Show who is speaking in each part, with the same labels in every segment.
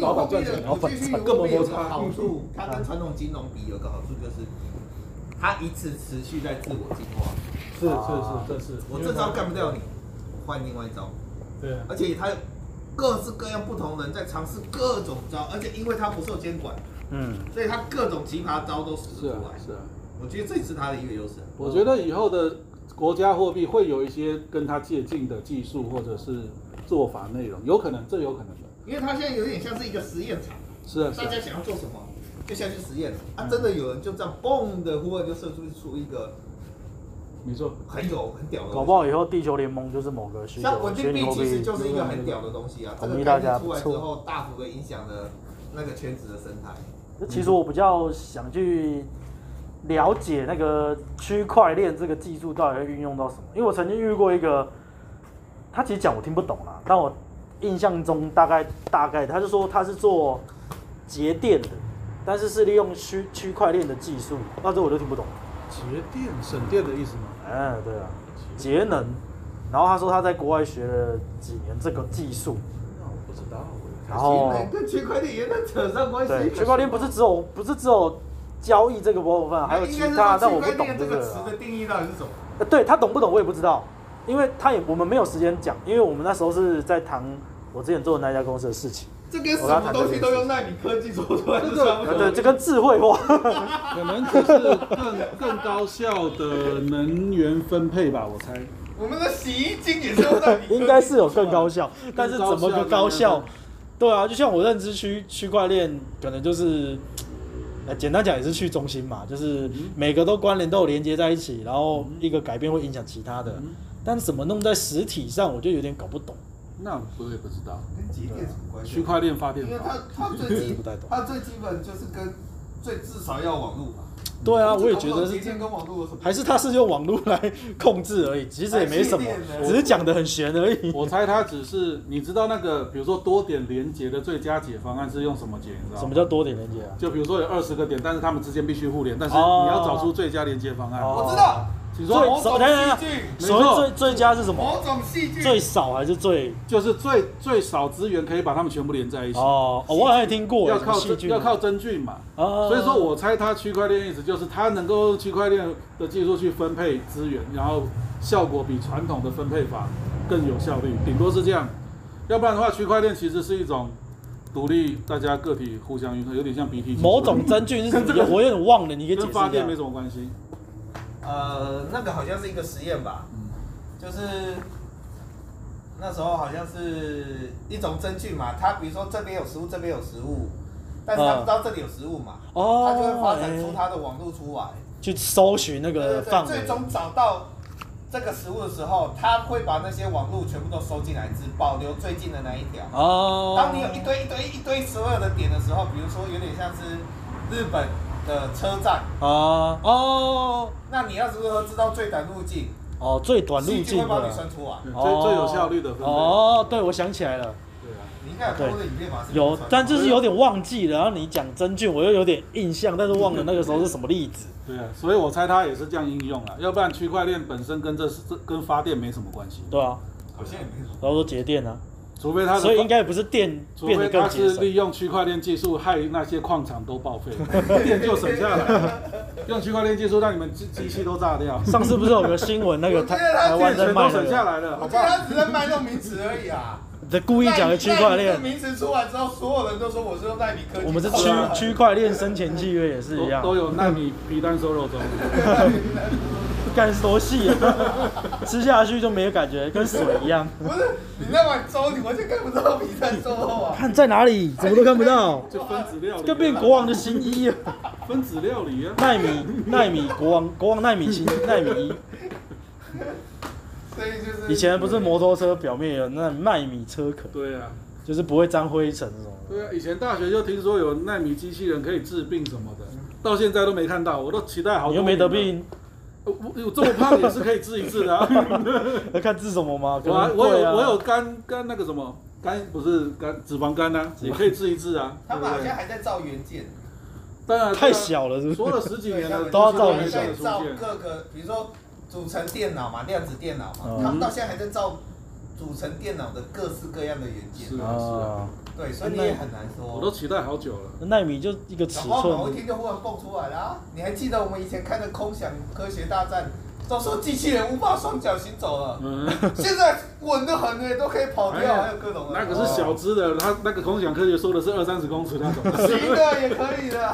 Speaker 1: 老板赚钱，老板
Speaker 2: 资讯
Speaker 1: 赚
Speaker 2: 有
Speaker 1: 更
Speaker 2: 个
Speaker 1: 没
Speaker 2: 有
Speaker 1: 摩
Speaker 2: 个
Speaker 1: 擦
Speaker 2: 好。处，它跟传统金融比有个好处就是，它一直持续在自我进化。
Speaker 3: 是是是，这是
Speaker 2: 我这招干不掉你，我换另外一招，
Speaker 3: 对啊，
Speaker 2: 而且它有各式各样不同人在尝试各种招，而且因为它不受监管，
Speaker 4: 嗯，
Speaker 2: 所以它各种奇葩招都使
Speaker 3: 是
Speaker 2: 出
Speaker 3: 啊
Speaker 2: 来。
Speaker 3: 是啊，
Speaker 2: 我觉得这也是它的一个优势啊。
Speaker 3: 我觉得以后的国家货币会有一些跟它借鉴的技术或者是做法内容，有可能，这有可能的。
Speaker 2: 因为它现在有点像是一个实验场，
Speaker 3: 是啊是
Speaker 2: 大
Speaker 3: 啊
Speaker 2: 家想要做什么就下去实验了。啊，真的有人就这样嘣的，忽然就射出出一个
Speaker 3: 没错。
Speaker 2: 很有很屌的东西。
Speaker 4: 搞不好以后地球联盟就是某个虚
Speaker 2: 像
Speaker 4: 拟
Speaker 2: 稳
Speaker 4: 虚
Speaker 2: 定
Speaker 4: 拟
Speaker 2: 币
Speaker 4: 货
Speaker 2: 其实
Speaker 4: 币，
Speaker 2: 就是一个很屌的东西啊，这
Speaker 4: 同
Speaker 2: 个
Speaker 4: 意
Speaker 2: 概
Speaker 4: 大家
Speaker 2: 念出来
Speaker 4: 不
Speaker 2: 之
Speaker 4: 错
Speaker 2: 后，大幅的影响了那个圈子的生态。
Speaker 4: 其实我比较想去了解那个区块链这个技术到底会运用到什么，因为我曾经遇过一个，他其实讲我听不懂啦，但我印象中大概大概他就说他是做节电的，但是是利用区区块链的技术，那这我就听不懂了。
Speaker 3: 节电省电的意思吗？
Speaker 4: 嗯，对啊，节能。然后他说他在国外学了几年这个技术，
Speaker 3: 那我不知道。
Speaker 4: 然后
Speaker 2: 节能跟区块链也能扯上关系吗。
Speaker 4: 对区块链不是只有不是只有交易这个部分，还有其他，但我不
Speaker 2: 应该是说区块
Speaker 4: 懂
Speaker 2: 链
Speaker 4: 这
Speaker 2: 这
Speaker 4: 个
Speaker 2: 个
Speaker 4: 啊。
Speaker 2: 词的定义到底是什么？
Speaker 4: 呃，对他懂不懂我也不知道，因为他也我们没有时间讲，因为我们那时候是在谈我之前做的那家公司的事情，
Speaker 2: 这跟什么东西都用纳米科技做出来的差不
Speaker 4: 呃，
Speaker 2: 多。
Speaker 4: 对，这跟智慧化，
Speaker 3: 可能只是更更高效的能源分配吧，我猜。
Speaker 2: 我们的洗衣精也是用纳米科技。
Speaker 4: 应该是有更高效，但是
Speaker 3: 更高
Speaker 4: 怎么
Speaker 3: 效
Speaker 4: 个
Speaker 3: 的
Speaker 4: 高
Speaker 3: 那
Speaker 4: 效
Speaker 3: 种？
Speaker 4: 对啊，就像我认知区区块链，可能就是，呃，简单讲也是去中心嘛，就是
Speaker 2: 嗯
Speaker 4: 每个都关联都有连接在一起，然后一个改变会影响其他
Speaker 2: 嗯
Speaker 4: 的，但怎么弄在实体上，我就有点搞不懂。
Speaker 3: 那我也不知道。
Speaker 4: 嗯
Speaker 2: 跟节点有什么关系？
Speaker 3: 区块链发电
Speaker 2: 因为它
Speaker 3: 法，
Speaker 2: 它最基
Speaker 4: 不太懂
Speaker 2: 它最基本就是跟最至少要网络吧。
Speaker 4: 对啊，我也觉
Speaker 2: 搞不
Speaker 4: 得
Speaker 2: 懂
Speaker 4: 是
Speaker 2: 节点跟网络有什么？
Speaker 4: 还是他是用网络来控制而已，其实也没什么
Speaker 2: 哎系列，的
Speaker 4: 只是讲的很玄而已。
Speaker 3: 我猜它只是你知道那个，比如说多点连接的最佳解方案是用什么解？你知道吗？
Speaker 4: 什么叫多点连接啊？
Speaker 3: 就比如说有二十个点，但是它们之间必须互联，但是你
Speaker 4: 哦
Speaker 3: 要找出最佳连接方案。
Speaker 4: 哦
Speaker 2: 我知道，
Speaker 3: 你
Speaker 4: 最
Speaker 3: 说
Speaker 4: 少
Speaker 2: 某种
Speaker 4: 等等
Speaker 2: 戏剧，
Speaker 3: 没
Speaker 4: 所谓
Speaker 3: 错
Speaker 4: 最最佳是什么？
Speaker 2: 某种戏剧
Speaker 4: 最少还是最？
Speaker 3: 就是最最少资源可以把它们全部连在一起，
Speaker 4: 哦，哦我好像也听过，
Speaker 3: 要
Speaker 4: 什么
Speaker 3: 靠
Speaker 4: 戏
Speaker 3: 真
Speaker 4: 剧
Speaker 3: 要靠真菌嘛。
Speaker 4: 啊
Speaker 3: 所以说，我猜它区块链意思就是它能够用区块链的技术去分配资源，然后效果比传统的分配法更有效率，顶多是这样。要不然的话，区块链其实是一种独立，大家个体互相运作，有点像 BT 技术
Speaker 4: 某种真菌是什么？我有点忘了，你可以解释
Speaker 3: 跟
Speaker 4: 一
Speaker 3: 发电没
Speaker 4: 下。
Speaker 3: 什么关系。
Speaker 2: 呃，那个好像是一个实验吧，就是那时候好像是一种真菌嘛，它比如说这边有食物，这边有食物，但是它不
Speaker 4: 嗯
Speaker 2: 知道这里有食物嘛，
Speaker 4: 哦
Speaker 2: 它就会发展出
Speaker 4: 哎
Speaker 2: 它的网络出来，
Speaker 4: 去搜寻那
Speaker 2: 对
Speaker 4: 个
Speaker 2: 对
Speaker 4: 范
Speaker 2: 对，
Speaker 4: 围
Speaker 2: 最，终找到这个食物的时候，它会把那些网络全部都收进来，只保留最近的那一条。
Speaker 4: 哦，
Speaker 2: 当你有一堆一堆一堆所有的点的时候，比如说有点像是日本的车站，
Speaker 4: 啊哦
Speaker 2: 那你要如何知道最短路径？
Speaker 4: 哦，最短路
Speaker 2: 细菌
Speaker 4: 径
Speaker 2: 会帮你
Speaker 4: 的
Speaker 2: 算出来。啊
Speaker 3: 对最
Speaker 4: 哦
Speaker 3: 最有效率的分配。
Speaker 4: 哦，对，我想起来了，
Speaker 3: 对啊，
Speaker 2: 你应该有看过的影片吧？是不
Speaker 4: 有
Speaker 2: 是，
Speaker 4: 但就是有点忘记了。然后你讲真菌，我又有点印象，但是忘了那个时候是什么例子。
Speaker 3: 对啊，所以我猜它也是这样应用了，要不然区块链本身跟这是这跟发电没什么关系，
Speaker 4: 对啊，
Speaker 2: 好像也没什么。
Speaker 4: 然后说节电啊，
Speaker 3: 除非它的
Speaker 4: 所以应该也不是电
Speaker 3: 除
Speaker 4: 变得
Speaker 3: 非
Speaker 4: 更
Speaker 3: 它
Speaker 4: 节
Speaker 3: 是
Speaker 4: 省。
Speaker 3: 利用区块链技术害那些矿场都报废， 电就省下来了，用区块链技术让你们机机器都炸 掉，
Speaker 4: 上次不是有个新闻， 那个台台湾
Speaker 3: 电
Speaker 4: 在
Speaker 3: 全
Speaker 4: 卖
Speaker 3: 都
Speaker 4: 那
Speaker 3: 省下
Speaker 4: 个，
Speaker 3: 来了，
Speaker 2: 我觉
Speaker 3: 好不
Speaker 2: 得
Speaker 3: 好？
Speaker 2: 他只是卖弄名词而已啊。
Speaker 4: 这 故意讲的区
Speaker 2: 纳米纳
Speaker 4: 块
Speaker 2: 米这个
Speaker 4: 链，
Speaker 2: 名词出来之后，所有人都说我是用纳米科技。
Speaker 4: 我们是
Speaker 2: 出
Speaker 4: 区
Speaker 2: 来的啊
Speaker 4: 区块链生前契约也是一
Speaker 3: 都
Speaker 4: 样，
Speaker 3: 都有纳米皮蛋瘦肉粥，
Speaker 4: 干多细啊， 吃下去就没有感觉，跟水一样。
Speaker 2: 不是你在玩粥，你完全看不到比赛售后 啊。
Speaker 4: 看在哪里，怎么都看不到，
Speaker 3: 就分子料理啊，
Speaker 4: 跟变国王的新衣啊，
Speaker 3: 分子料理啊，
Speaker 4: 奈米奈米国王国王奈米新奈米衣，
Speaker 2: 所以就是
Speaker 4: 以前不是摩托车表面有那奈米车壳，
Speaker 3: 对啊，
Speaker 4: 就是不会沾灰尘什么的。
Speaker 3: 对啊，以前大学就听说有纳米机器人可以治病什么的，到现在都没看到，我都期待好多
Speaker 4: 你又没得
Speaker 3: 年
Speaker 4: 病，
Speaker 3: 了我我这么胖也是可以治一治 的、啊。
Speaker 4: 要看治什么吗？可
Speaker 3: 我还
Speaker 4: 能
Speaker 3: 我
Speaker 4: 贵嗯啊
Speaker 3: 有我有肝肝那个什么肝不是肝脂肪肝啊，也可以治一治啊，
Speaker 2: 他
Speaker 3: 对
Speaker 2: 们
Speaker 3: 不
Speaker 2: 好像
Speaker 3: 对？
Speaker 2: 还在造原件。
Speaker 3: 当然
Speaker 4: 太，小了，是不是？
Speaker 3: 啊说了十几年了，
Speaker 4: 都要造
Speaker 3: 原
Speaker 4: 影
Speaker 2: 还
Speaker 4: 响
Speaker 2: 在
Speaker 3: 件出
Speaker 2: 造
Speaker 3: 现。
Speaker 2: 各个，比如说组成电脑嘛，量子电脑嘛，
Speaker 4: 嗯
Speaker 2: 他们到现在还在造组成电脑的各式各样的元件。
Speaker 3: 是啊是啊，
Speaker 2: 对，所以你也很难说。
Speaker 3: 我都期待好久了。
Speaker 4: 纳米就一个尺
Speaker 2: 然
Speaker 4: 寸，
Speaker 2: 后某一天就忽然蹦出来啦、你还记得我们以前看的《空想科学大战》，都说机器人无法双脚行走了，
Speaker 3: 嗯，
Speaker 2: 现在稳得很呢，都可以跑
Speaker 3: 哎呀
Speaker 2: 掉，还有各种的。
Speaker 3: 那可是小只的，他那个空想科学说的是二三十公尺那种。
Speaker 2: 哦 行的也可以的，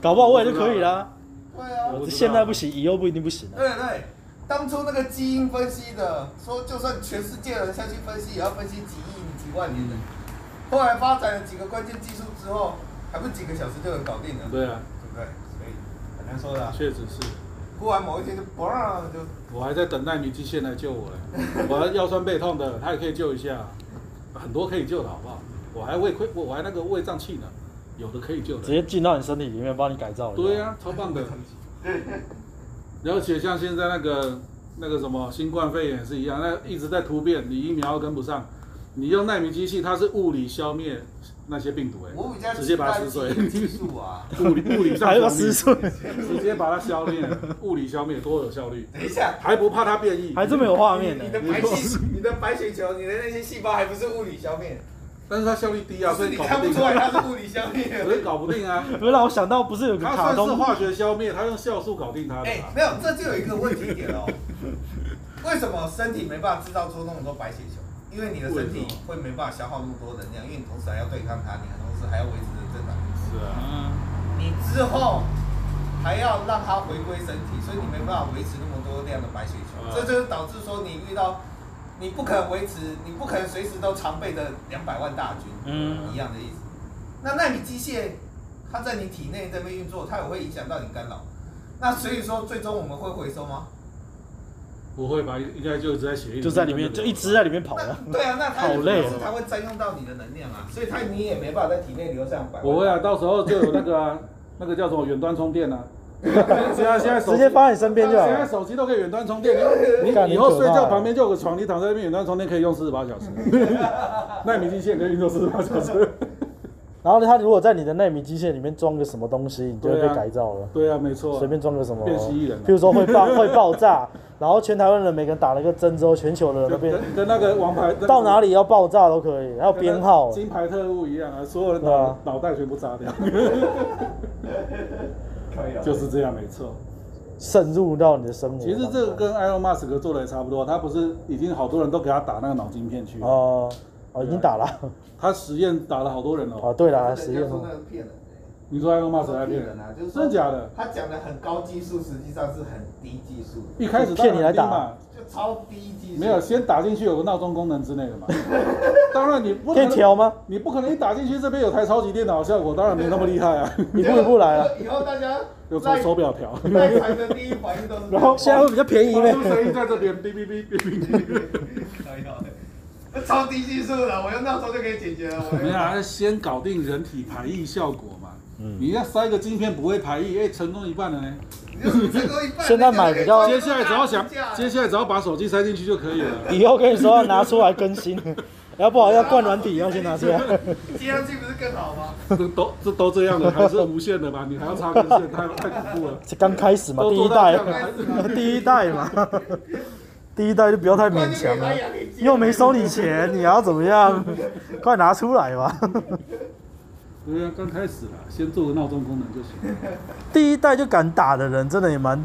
Speaker 4: 搞不好未来就可以啦。
Speaker 2: 对啊，
Speaker 3: 我不知道
Speaker 4: 现在不行，以后不一定不行啊。
Speaker 2: 对对。当初那个基因分析的说，就算全世界人下去分析，也要分析几亿、几万
Speaker 3: 嗯
Speaker 2: 年的。后来发展了几个关键技术之后，还不是几个小时就能搞定了，对
Speaker 3: 对啊，
Speaker 2: 不对？所以很难说的啊、
Speaker 3: 确实是。
Speaker 2: 忽然某一天就嘣就
Speaker 3: 我还在等纳米机械来救我嘞，我还腰酸背痛的，他也可以救一下，很多可以救的好不好？我还胃溃，我我还那个胃胀气呢，有的可以救
Speaker 4: 直
Speaker 3: 的。
Speaker 4: 接进到你身体里面，帮你改造。
Speaker 3: 对，啊，超棒的。而且像现在那个那个什么新冠肺炎也是一样，那一直在突变，你疫苗跟不上，你用纳米机器，它是物理消灭那些病毒、欸，
Speaker 2: 我比较
Speaker 3: 直接把它撕
Speaker 2: 期待
Speaker 3: 碎，
Speaker 2: 技术啊。
Speaker 3: 物理物理上
Speaker 4: 还要
Speaker 3: 消灭
Speaker 4: 失速，
Speaker 3: 直接把它消 灭，物理消灭多有效率，
Speaker 2: 等一下，
Speaker 3: 还不怕它变异，
Speaker 4: 还真没有画 面呢
Speaker 2: 你的。白细、你的白血球、你的那些细胞还不是物理消灭，
Speaker 3: 但是它效率低啊，
Speaker 2: 就
Speaker 3: 所
Speaker 2: 是
Speaker 3: 以
Speaker 2: 你
Speaker 3: 搞
Speaker 2: 看
Speaker 3: 不
Speaker 2: 不
Speaker 3: 定
Speaker 2: 出
Speaker 3: 啊，
Speaker 2: 来它是物理消灭。
Speaker 3: 所以搞不定 啊。
Speaker 4: 不是让我想到，不是有个
Speaker 3: 它
Speaker 4: 卡
Speaker 3: 算是
Speaker 4: 通？
Speaker 3: 化学消灭，它用酵素搞定它的
Speaker 2: 哎、
Speaker 3: 啊、
Speaker 2: 没有，这就有一个问题点哦。为什么身体没办法制造出那么多白血球？因为你的身体
Speaker 3: 为什
Speaker 2: 会
Speaker 3: 么
Speaker 2: 没办法消耗那么多能量，因为你同时还要对抗它，你还同时还要维持着正常饮食，
Speaker 3: 是啊，
Speaker 2: 你之后还要让它回归身体，所以你没办法维持那么多量的白血球，
Speaker 3: 嗯
Speaker 2: 这就是导致说你遇到你不可能维持，你不可能随时都常备着两百万大军，
Speaker 4: 嗯
Speaker 2: 一样的意思。那纳米机械它在你体内这边运作，它也会影响到你干扰。那所以说，最终我们会回收吗？
Speaker 3: 不会吧？应该就一直在血液，
Speaker 4: 就在里面，就一直。在里面跑
Speaker 2: 那
Speaker 4: 了。
Speaker 2: 对啊，那它也
Speaker 4: 好累哦
Speaker 2: 是它会占用到你的能量啊，所以它你也没办法在体内留下两百万。
Speaker 3: 不会啊，到时候就有那 个、啊、那个叫什么远端充电啊。现在现在手
Speaker 4: 直
Speaker 3: 机
Speaker 4: 接放在你身边就好
Speaker 3: 现在
Speaker 4: 了。
Speaker 3: 手机都可以远端充电， 你你以后睡
Speaker 4: 啊
Speaker 3: 觉旁边就有个床，你躺在那边远端充电可以用四十八小时， 纳米机械可以运作四十八小时。
Speaker 4: 然后它如果在你的纳米机械里面装个什么东西，你就会
Speaker 3: 对
Speaker 4: 被
Speaker 3: 啊
Speaker 4: 改造了。
Speaker 3: 对啊，没错
Speaker 4: 随。便装个什么，
Speaker 3: 变蜥蜴人了啊
Speaker 4: 譬如说会爆会爆炸，然后全台湾人每个人打了个针之后，全球的人都
Speaker 3: 跟
Speaker 4: 变
Speaker 3: 跟跟那个王牌
Speaker 4: 到哪里要爆炸都可以，还有
Speaker 3: 跟
Speaker 4: 编号，
Speaker 3: 金牌特务一样啊，所有人
Speaker 4: 对啊
Speaker 3: 脑脑袋全部炸掉，
Speaker 2: 可以啊
Speaker 3: 就是这样，没错。
Speaker 4: 渗入到你的生活。
Speaker 3: 其实这个跟 Elon Musk 做的也差不多，啊他不是已经好多人都给他打那个脑晶片去，
Speaker 4: 哦哦已经打了
Speaker 3: 他实验打了好多人哦。
Speaker 4: 哦，对了，
Speaker 2: 这
Speaker 4: 实
Speaker 2: 人
Speaker 4: 验
Speaker 2: 家说那个骗人的。
Speaker 3: 你说 Elon
Speaker 2: 骂
Speaker 3: Musk 在骗人？
Speaker 2: 啊，就是说
Speaker 3: 真的假的？
Speaker 2: 他讲的很高技术，实际上是很低技术，
Speaker 3: 一开始
Speaker 4: 骗你来打
Speaker 3: 当然很低嘛，
Speaker 2: 就超低技术。
Speaker 3: 没有，先打进去有个闹钟功能之类的 嘛。当然你不
Speaker 4: 可以
Speaker 3: 能，
Speaker 4: 调吗？
Speaker 3: 你不可能一打进去这边有台超级电脑效果，当然没那么厉害 啊，
Speaker 4: 一步一步来啊。
Speaker 2: 以后大家
Speaker 3: 有从手表调。
Speaker 2: 赖财的第一反应都是。
Speaker 4: 然后现在会比较便宜
Speaker 3: 发出
Speaker 4: 呗。
Speaker 3: 声音在这边，哔哔哔哔哔哔。
Speaker 2: 哎呦，那超低技术的，我用闹钟就可以解决了。我
Speaker 3: 没有啊，先搞定人体排异效果嘛。
Speaker 4: 嗯
Speaker 3: 你要塞个晶片不会排异，哎，成功一半了呢。
Speaker 2: 你就成功一半。
Speaker 4: 现在买比较
Speaker 3: 接下来只 要想，
Speaker 2: 下
Speaker 3: 接下来只要把手机塞进去就可以了。
Speaker 4: 以后跟你说要拿出来更新， 要不好要灌软体要先拿出来。
Speaker 2: 接上去不是更好吗？
Speaker 3: 这都这都这样的，还是无线的吧？你还要插根线，太太恐怖 了。
Speaker 4: 这刚开始嘛，
Speaker 3: 都
Speaker 4: 第一
Speaker 3: 做到
Speaker 4: 代
Speaker 3: 这，样还 是
Speaker 4: 第一代嘛， 第一代就不要太勉强了。又没收你钱，你要怎么样？ 快拿出来吧！
Speaker 3: 对啊，刚开始啦，先做个闹钟功能就 行了。
Speaker 4: 第一代就敢打的人，真的也蛮，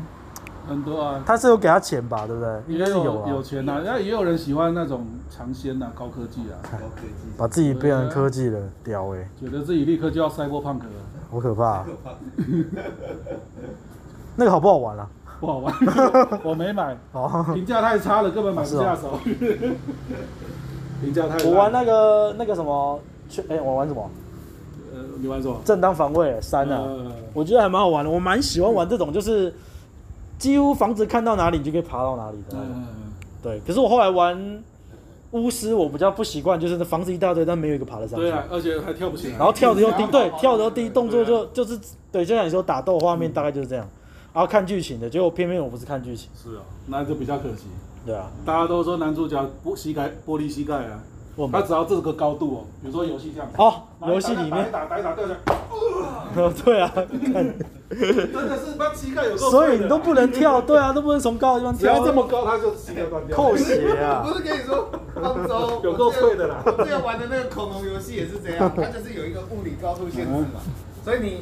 Speaker 3: 很多啊，
Speaker 4: 他是有给他钱吧，对不对？ 应
Speaker 3: 也
Speaker 4: 该是有
Speaker 3: 有有
Speaker 4: 啊，
Speaker 3: 钱呐、那也有人喜欢那种尝鲜呐、高科技啊，
Speaker 2: 高科技，
Speaker 4: 把自己变成科技了，屌哎、
Speaker 3: 觉得自己立刻就要赛过胖哥啊了，
Speaker 4: 好可怕、那个好不好玩啊？
Speaker 3: 不好玩。 我没买，
Speaker 4: 哦，
Speaker 3: 评价太差了，根本买不下手。评价太 烂
Speaker 4: 我玩那个那个什么，去哎、我玩什么？
Speaker 3: 呃，你玩什么？
Speaker 4: 正当防卫三啊，
Speaker 3: 呃
Speaker 4: 我觉得还蛮好玩的，我蛮喜欢玩这种，就是几乎房子看到哪里你就可以爬到哪里的那种。
Speaker 3: 嗯，
Speaker 4: 对，可是我后来玩巫师，我比较不习惯，就是那房子一大堆，但没有一个爬得上去。
Speaker 3: 对啊，而且还跳不起来。
Speaker 4: 然后跳的又低，
Speaker 2: 嗯
Speaker 4: 对，跳的又低，动作就就是对，就像你说打斗画面大概就是这样。然后看剧情的，结果偏偏我不是看剧情，
Speaker 3: 是啊，那就比较可惜。
Speaker 4: 对啊，
Speaker 3: 大家都说男主角玻膝盖玻璃膝盖啊，
Speaker 4: 我
Speaker 3: 它
Speaker 4: 们
Speaker 3: 只要这个高度哦，比如说游戏这样，
Speaker 4: 哦，
Speaker 3: 然后
Speaker 4: 游戏里面，
Speaker 3: 打一打打一打掉下来，
Speaker 4: 对啊，
Speaker 3: 真的是把膝盖有时候
Speaker 4: 所
Speaker 3: 碎
Speaker 4: 以
Speaker 3: 的
Speaker 4: 你都不能跳，对啊，都不能从高的地方
Speaker 3: 只要
Speaker 4: 跳，
Speaker 3: 这么高，它就膝盖断掉。
Speaker 4: 扣血啊
Speaker 2: 我不，是跟你说，方舟
Speaker 3: 有够脆的啦
Speaker 2: 我之前玩的那个恐龙游戏也是这样，它就是有一个物理高度限制嘛，所以你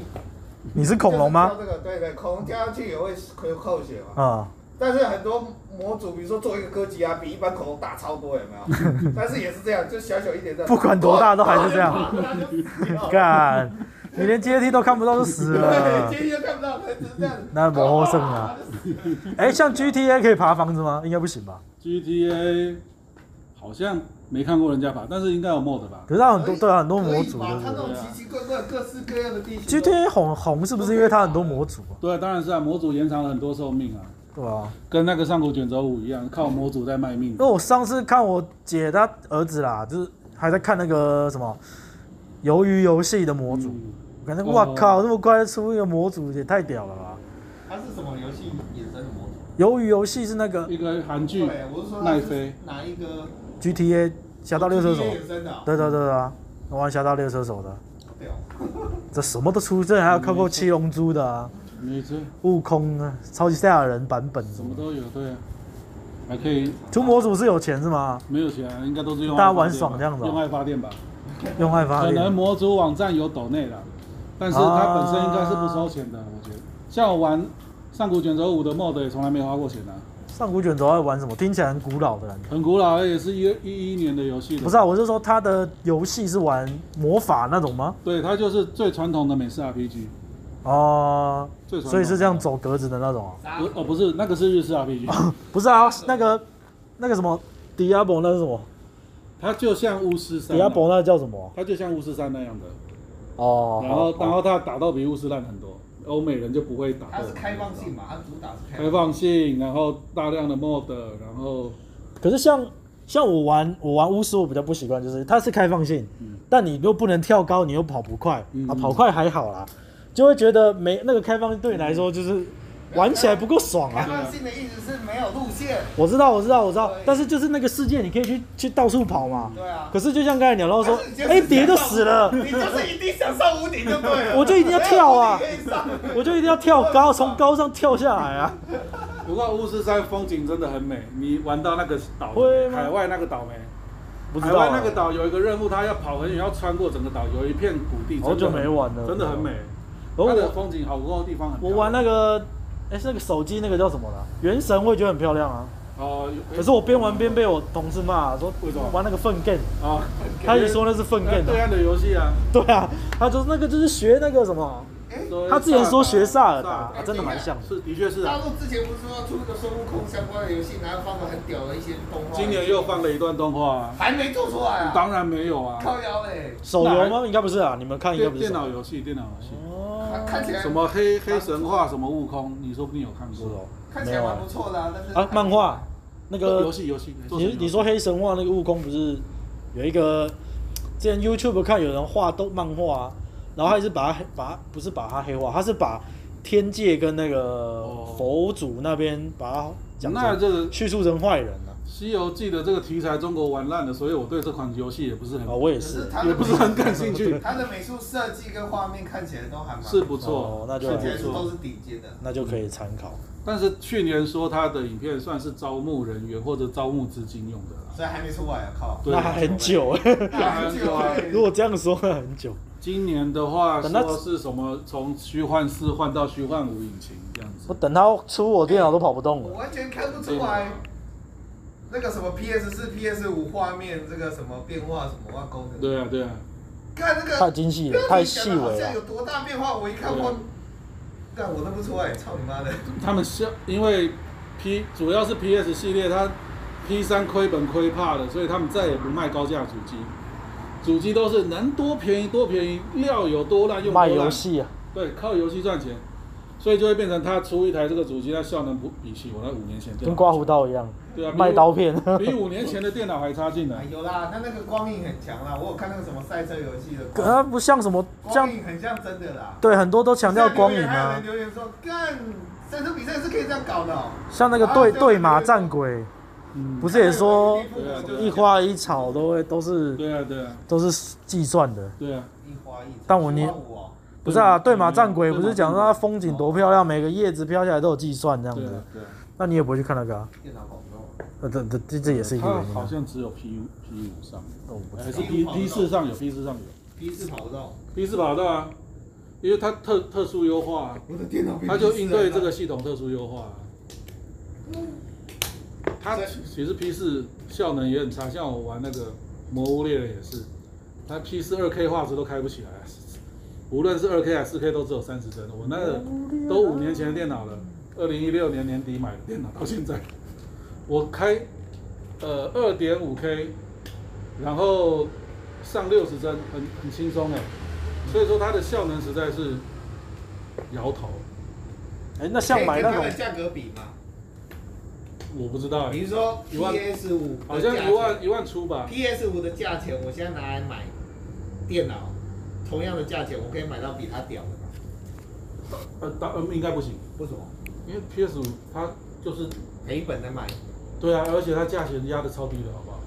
Speaker 4: 你是恐龙吗
Speaker 2: 就是？跳这个对对，恐龙跳上去也会会扣血嘛。
Speaker 4: 啊、
Speaker 2: 但是很多模组，比如说做一个哥吉拉，比一般恐龙大超多，有没 有？但是也是这样，就小小一点的，
Speaker 4: 不管多大都还是这样，
Speaker 2: 它就死掉了
Speaker 4: 干，你连阶梯都看不到就死了
Speaker 2: 对，。今天又看不到，它就是这样子。
Speaker 4: 那不好 胜啊！哎、像 GTA 可以爬房子吗？应该不行吧？
Speaker 3: GTA 好像没看过人家爬，但是应该有 mod 吧？
Speaker 4: 可是它很多对啊，很多模组
Speaker 2: 可以吧
Speaker 4: 对不
Speaker 2: 它那
Speaker 4: 对
Speaker 2: 种奇奇怪怪、各式各样的地形都。
Speaker 4: ？GTA 红红是不是因为它很多模组啊？
Speaker 3: 对，当然是啊，模组延长了很多寿命啊，
Speaker 4: 对啊，
Speaker 3: 跟那个上古卷轴五一样，靠模组在卖命
Speaker 4: 因为。我上次看我姐她儿子啦，就是还在看那个什么鱿鱼游戏的模组，
Speaker 3: 嗯
Speaker 4: 我感觉
Speaker 3: 哦
Speaker 4: 哇靠，那么快出一个模组也太屌了吧！
Speaker 2: 它是什么游戏衍生的模组？
Speaker 4: 鱿鱼游戏是那个
Speaker 3: 一个韩剧
Speaker 2: 对，我是说
Speaker 3: 奈飞，
Speaker 2: 哪一个
Speaker 4: GTA 侠盗猎车手，
Speaker 2: GTA
Speaker 4: 对
Speaker 2: 衍生的啊，
Speaker 4: 对对对啊，我玩侠盗猎车手的，
Speaker 2: 好屌
Speaker 4: 这什么都出，这还要
Speaker 2: 嗯
Speaker 4: 看过七龙珠的啊，
Speaker 3: 没错，
Speaker 4: 悟空啊，超级赛亚人版本
Speaker 3: 什么都有，对啊，还可以
Speaker 4: 涂模组是有钱是吗？
Speaker 3: 没有钱、啊，应该都是用
Speaker 4: 大家
Speaker 3: 爱发
Speaker 4: 玩
Speaker 3: 电
Speaker 4: 爽
Speaker 3: 吧
Speaker 4: 这样子哦
Speaker 3: 用爱发电吧。
Speaker 4: 用爱发
Speaker 3: 可能
Speaker 4: 电。
Speaker 3: 模组网站有抖内了，但是它本身应该是不收钱的，
Speaker 4: 啊
Speaker 3: 我觉得。像我玩上古卷轴五的 mod 也从来没花过钱啊，
Speaker 4: 上古卷轴在玩什么？听起来很古老的感觉。
Speaker 3: 很古老，也是一一一年的游戏了。
Speaker 4: 不是啊，我是说他的游戏是玩魔法那种吗？
Speaker 3: 对，它就是最传统的美式 RPG，
Speaker 4: 哦、
Speaker 3: 最传统的
Speaker 4: 所以是这样走格子的那种、啊。
Speaker 3: 不
Speaker 2: 哦！
Speaker 3: 哦，不是，那个是日式 RPG，
Speaker 4: 不是啊，那个那个什么 Diablo 那是什么
Speaker 3: 它就像巫师三啊、
Speaker 4: ？Diablo 那叫什么？
Speaker 3: 它就像巫师三那样的，
Speaker 4: 哦，
Speaker 3: 然后
Speaker 4: 好
Speaker 3: 然后它打斗比巫师烂很多，欧美人就不会打
Speaker 2: 它
Speaker 3: 斗
Speaker 2: 是。开放性嘛，它主打是
Speaker 3: 开
Speaker 2: 开
Speaker 3: 放性，然后大量的 mod，然后
Speaker 4: 可是像像我玩我玩巫师，我比较不习惯，就是它是开放性，
Speaker 3: 嗯
Speaker 4: 但你又不能跳高，你又跑不快、
Speaker 3: 嗯
Speaker 4: 啊，
Speaker 3: 嗯
Speaker 4: 跑快还好啦，就会觉得没那个开放性对你来说就是玩起来不够爽啊
Speaker 2: 开。放性的意思是没有路线，
Speaker 4: 我知道，我知道，我知道
Speaker 2: 嗯对，
Speaker 4: 但是就是那个世界，你可以去去到处跑嘛。
Speaker 2: 对啊。
Speaker 4: 可是就像刚才鸟肉说
Speaker 2: 还是你就，是
Speaker 4: 哎、跌就死了，
Speaker 2: 你就是一定想上屋顶就对了，
Speaker 4: 我就一定要跳 啊
Speaker 2: 没有屋顶可以上
Speaker 4: 我就一定要跳高，从高上跳下来啊！
Speaker 3: 不过巫师山风景真的很美，你玩到那个岛
Speaker 4: 会，吗
Speaker 3: 海外那个岛没？
Speaker 4: 不知
Speaker 3: 海
Speaker 4: 道、
Speaker 3: 外
Speaker 4: 啊
Speaker 3: 那，个岛有一个任务，它要跑很远，要穿过整个岛，有一片谷地，
Speaker 4: 好久
Speaker 3: 真的很
Speaker 4: 没玩了
Speaker 3: 真的很美。
Speaker 4: 哦
Speaker 3: 它的风景好多地方很漂
Speaker 4: 我
Speaker 3: 亮。
Speaker 4: 玩那个，哎、是那个手机那个叫什么的，原神，我也觉得很漂亮啊。
Speaker 3: 哦，有
Speaker 4: 可是我边玩边被我同事骂，说
Speaker 3: 为什么
Speaker 4: 玩那个粪 g
Speaker 3: 哦，
Speaker 4: 他也说那是粪 g
Speaker 3: 对
Speaker 4: 啊。
Speaker 3: 岸的游戏啊，
Speaker 4: 对啊，他就是那个就是学那个什么，
Speaker 3: 说
Speaker 4: 他之前说学
Speaker 3: 萨
Speaker 4: 萨
Speaker 3: 尔
Speaker 4: 尔达，
Speaker 3: 达
Speaker 4: 啊真的蛮像的。
Speaker 3: 是的确是
Speaker 2: 大
Speaker 3: 啊。
Speaker 2: 陆之前不是说出那个孙悟空相关的游戏，然后放了很屌的一些动画，
Speaker 3: 今年又放了一段动画啊，
Speaker 2: 还没做出来啊，
Speaker 3: 当然没有啊，
Speaker 2: 靠腰嘞，
Speaker 4: 手游吗？应该不是啊，你们看应该
Speaker 3: 电
Speaker 4: 不是
Speaker 3: 电
Speaker 4: 手
Speaker 3: 脑
Speaker 4: 游。
Speaker 3: 游戏，电脑游戏，
Speaker 2: 看
Speaker 4: 哦，
Speaker 2: 啊看起来
Speaker 3: 什么黑黑神话，什么悟空，你说不定有看
Speaker 4: 是
Speaker 3: 过
Speaker 4: 哦。，
Speaker 2: 看
Speaker 4: 没
Speaker 2: 起来
Speaker 4: 有
Speaker 2: 蛮
Speaker 4: 啊
Speaker 2: 不。错的啊，但是
Speaker 4: 啊，漫画那个
Speaker 3: 游戏游戏，做成
Speaker 4: 你
Speaker 3: 游戏
Speaker 4: 你说黑神话那个悟空不是有一个，之前 YouTube 看有人画动漫画、啊，然后他也是把它黑把它不是把它黑化，他是把天界跟那个
Speaker 3: 哦
Speaker 4: 佛祖那边把它讲
Speaker 3: 那
Speaker 4: 成
Speaker 3: 这个《
Speaker 4: 叙述成坏人啊了
Speaker 3: 西游记》的这个题材中国玩烂了，所以我对这款游戏也不是很
Speaker 4: 啊、我也
Speaker 2: 可
Speaker 4: 是
Speaker 2: 是，他
Speaker 3: 也不是很感兴趣。
Speaker 2: 它的美术设计跟画面看起来都还蛮
Speaker 3: 是不错
Speaker 4: 哦，那就
Speaker 3: 不
Speaker 2: 看起来是
Speaker 3: 错
Speaker 2: 都。是顶尖的。
Speaker 4: 那就可以参考。
Speaker 3: 但是去年说他的影片算是招募人员或者招募资金用的啦。
Speaker 2: 所以还没出来啊！靠，
Speaker 3: 对
Speaker 4: 那还很 久，
Speaker 2: 那很久哎、
Speaker 4: 如果这样说那很久。
Speaker 3: 今年的话
Speaker 4: 等他
Speaker 3: 说是什么从虚幻四换到虚幻五引擎这样
Speaker 4: 我
Speaker 3: 子。
Speaker 4: 等他出我电脑都跑不动
Speaker 2: 我
Speaker 4: 了。
Speaker 2: 完全看不出来
Speaker 3: 啊
Speaker 2: 那个什么 PS 四、PS 五画面这个什么变化什么啊功能。
Speaker 3: 对啊对啊，
Speaker 2: 看那个
Speaker 4: 太精细了
Speaker 2: 标题
Speaker 4: 太细微了
Speaker 2: 讲得好像有多大变化？我一看
Speaker 3: 对啊
Speaker 2: 我，但我认不出来，操你妈的！
Speaker 3: 他们是因为 P 主要是 PS 系列，它 P 三亏本亏怕了，所以他们再也不卖高价主机，主机都是能多便宜多便宜，料有多烂用多
Speaker 4: 卖
Speaker 3: 烂。
Speaker 4: 游戏啊，
Speaker 3: 对，靠游戏赚钱，所以就会变成他出一台这个主机，它效能不比起我那五年前电脑
Speaker 4: 跟刮胡刀一样，
Speaker 3: 啊对啊，比
Speaker 4: 卖
Speaker 3: 五
Speaker 4: 刀哎片。
Speaker 3: 比五年前的电脑还差劲呢
Speaker 2: 啊。有啦，那那个光影很强啦，我有看那个什么赛车游戏的
Speaker 4: 可
Speaker 2: 光
Speaker 4: 它不像什么像
Speaker 2: 光影很像真的啦。
Speaker 4: 对很多都强调光影
Speaker 2: 现在留言还有
Speaker 4: 啊
Speaker 2: 人。留言说，干赛车比赛是可以这样搞的、哦。
Speaker 4: 像那个
Speaker 2: 啊
Speaker 4: 对
Speaker 2: 对
Speaker 4: 对马
Speaker 2: 对
Speaker 4: 战鬼，
Speaker 3: 嗯
Speaker 4: 不是也说
Speaker 3: 对啊对啊
Speaker 4: 一花一草都会都是
Speaker 3: 对啊，对啊，
Speaker 4: 都是计算的。
Speaker 3: 对啊，
Speaker 2: 一花一草
Speaker 4: 但我年
Speaker 2: 一花五哦
Speaker 4: 不是啊，
Speaker 3: 对
Speaker 4: 对
Speaker 3: 嘛
Speaker 4: 嘛？战鬼
Speaker 3: 对嘛
Speaker 4: 不是讲说它风景多漂亮，每个叶子飘下来都有计算这样
Speaker 3: 对
Speaker 4: 子
Speaker 3: 啊，，对啊。
Speaker 4: 那你也不会去看那个啊？
Speaker 2: 电脑跑不动。
Speaker 4: 呃，这这这这也是一个
Speaker 3: 它
Speaker 4: 原因
Speaker 3: 好
Speaker 4: 啊。
Speaker 3: 像只有 P 五 P 五上，
Speaker 4: 哦我不知
Speaker 3: 还
Speaker 4: 道
Speaker 3: 是 P P 四上有 P 四上有
Speaker 2: P 四跑不动，
Speaker 3: P 四跑道啊，因为它特特殊优化、啊，
Speaker 2: 我的电脑被
Speaker 3: 它就应对
Speaker 2: 啊
Speaker 3: 这个系统特殊优化、啊。它其实 P 四效能也很差，像我玩那个《魔物猎人》也是，它 P 四二 K 画质都开不起来，啊无论是二 K 还是四 K 都只有三十帧。我那个都五年前的电脑了，二零一六年年底买的电脑，到现在我开呃二点五 K，然后上六十帧，很很轻松哎。所以说它的效能实在是摇头，
Speaker 4: 哎，那像买那
Speaker 2: 可以跟它的
Speaker 4: 种
Speaker 2: 价格比嘛？
Speaker 3: 我不知道哎
Speaker 2: 比，如说
Speaker 3: 一万
Speaker 2: PS 五，
Speaker 3: 好像一万一万出吧。
Speaker 2: PS 五的价钱，我现在拿来买电脑，同样的价钱，我可以买到比它屌的吗？
Speaker 3: 呃，当呃应该不行，
Speaker 2: 为什么？
Speaker 3: 因为 PS 五它就是
Speaker 2: 赔本的买，
Speaker 3: 对啊，而且它价钱压的超低的，好不好？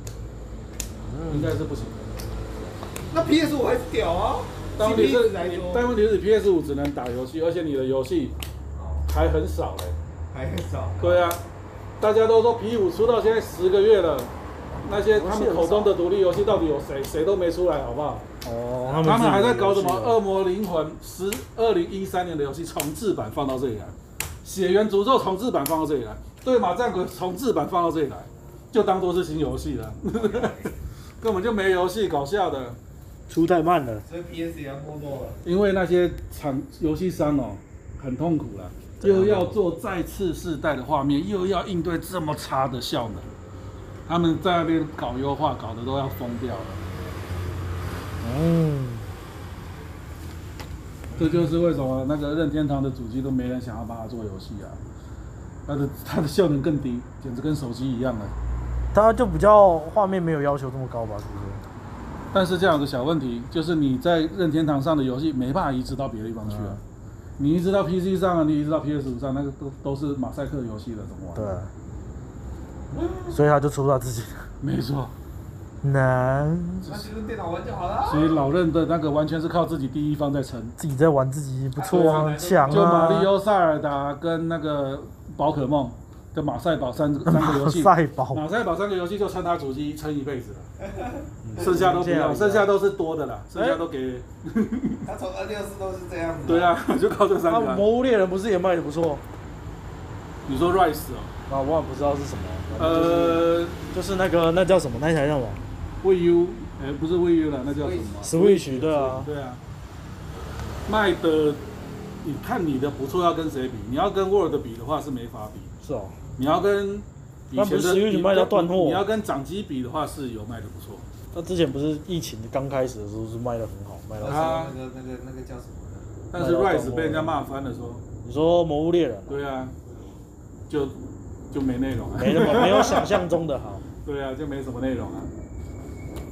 Speaker 2: 嗯
Speaker 3: 应该是不行。
Speaker 2: 那 PS 五还是屌啊！
Speaker 3: 但问题是
Speaker 2: CP 值来
Speaker 3: 你
Speaker 2: 说，
Speaker 3: 但问题是 PS 五只能打游戏，而且你的游戏
Speaker 2: 哦
Speaker 3: 还很少嘞。
Speaker 2: 还很少。
Speaker 3: 对啊，大家都说 P 五出到现在十个月了，那些他们口中的独立游戏到底有谁？谁都没出来，好不好？
Speaker 4: 哦，
Speaker 3: 他们
Speaker 4: 自己
Speaker 3: 还在搞什么
Speaker 4: 有
Speaker 3: 《恶魔灵魂》十二零一三年的游戏重置版放到这里来，《血缘诅咒》重置版放到这里来，《对马战鬼》重置版放到这里来，就当做是新游戏了， 根本就没游戏搞笑的。
Speaker 4: 出太慢了，
Speaker 2: 所以 PS 也要没落了。
Speaker 3: 因为那些厂游戏商哦，很痛苦了，又要做再次世代的画面，又要应对这么差的效能，他们在那边搞优化，搞得都要疯掉了。
Speaker 4: 嗯，
Speaker 3: 这就是为什么那个任天堂的主机都没人想要帮他做游戏啊，它的它的效能更低，简直跟手机一样啊了。
Speaker 4: 它就比较画面没有要求这么高吧，是不是？
Speaker 3: 但是这样有个小问题，就是你在任天堂上的游戏没办法移植到别的地方去啊
Speaker 4: 嗯，
Speaker 3: 你移植到 PC 上啊，你移植到 PS 五上，那个都都是马赛克游戏了，怎么玩？
Speaker 4: 对， 所以他就出不到自己
Speaker 3: 没错，
Speaker 4: 难，
Speaker 2: 那就用电脑玩就好了。
Speaker 3: 所以老任的那个完全是靠自己第一方在撑，
Speaker 4: 自己在玩自己不错啊，强
Speaker 3: 就马里
Speaker 4: 啊，
Speaker 3: 奥、塞尔达跟那个宝可梦跟马赛宝三三个 游戏，
Speaker 4: 赛宝
Speaker 3: 马赛宝三个游戏就撑他主机撑一 辈子了，嗯剩下都不要，剩下都是多的啦，剩下都
Speaker 4: 哎
Speaker 3: 给。
Speaker 2: 他从二六四都是这样子。
Speaker 3: 对。啊， 就靠这三
Speaker 4: 那
Speaker 3: 个啊、
Speaker 4: 《魔物猎人》不是也卖的不错？
Speaker 3: 你说 Rise 哦，
Speaker 4: 啊，我也不知道是什么，呃，
Speaker 3: 呃
Speaker 4: 就是那个那叫什么那一台叫什么
Speaker 3: ，Wii U，哎、不是 Wii U 了，那叫什么啊？
Speaker 4: ？Switch 对啊，
Speaker 3: 对啊，卖的，你看你的不错要跟谁比？你要跟 Word 比的话是没法比，
Speaker 4: 是哦，
Speaker 3: 你要跟以前
Speaker 4: 那不
Speaker 3: 的
Speaker 4: 是 Switch
Speaker 3: 你
Speaker 4: 卖到断货哦
Speaker 3: 你要跟掌机比的话是有卖的不错。
Speaker 4: 那之前不是疫情刚开始的时候是卖的很好，卖
Speaker 2: 那
Speaker 4: 到
Speaker 2: 时候那个那个那个叫什么呢？
Speaker 3: 但是
Speaker 4: 卖到断货
Speaker 3: Rise 被人家骂翻了说，
Speaker 4: 你说《魔物猎人》啊
Speaker 3: 对啊，就就没内容啊，
Speaker 4: 没那么没有想象中的好，
Speaker 3: 对啊，就没什么内容啊。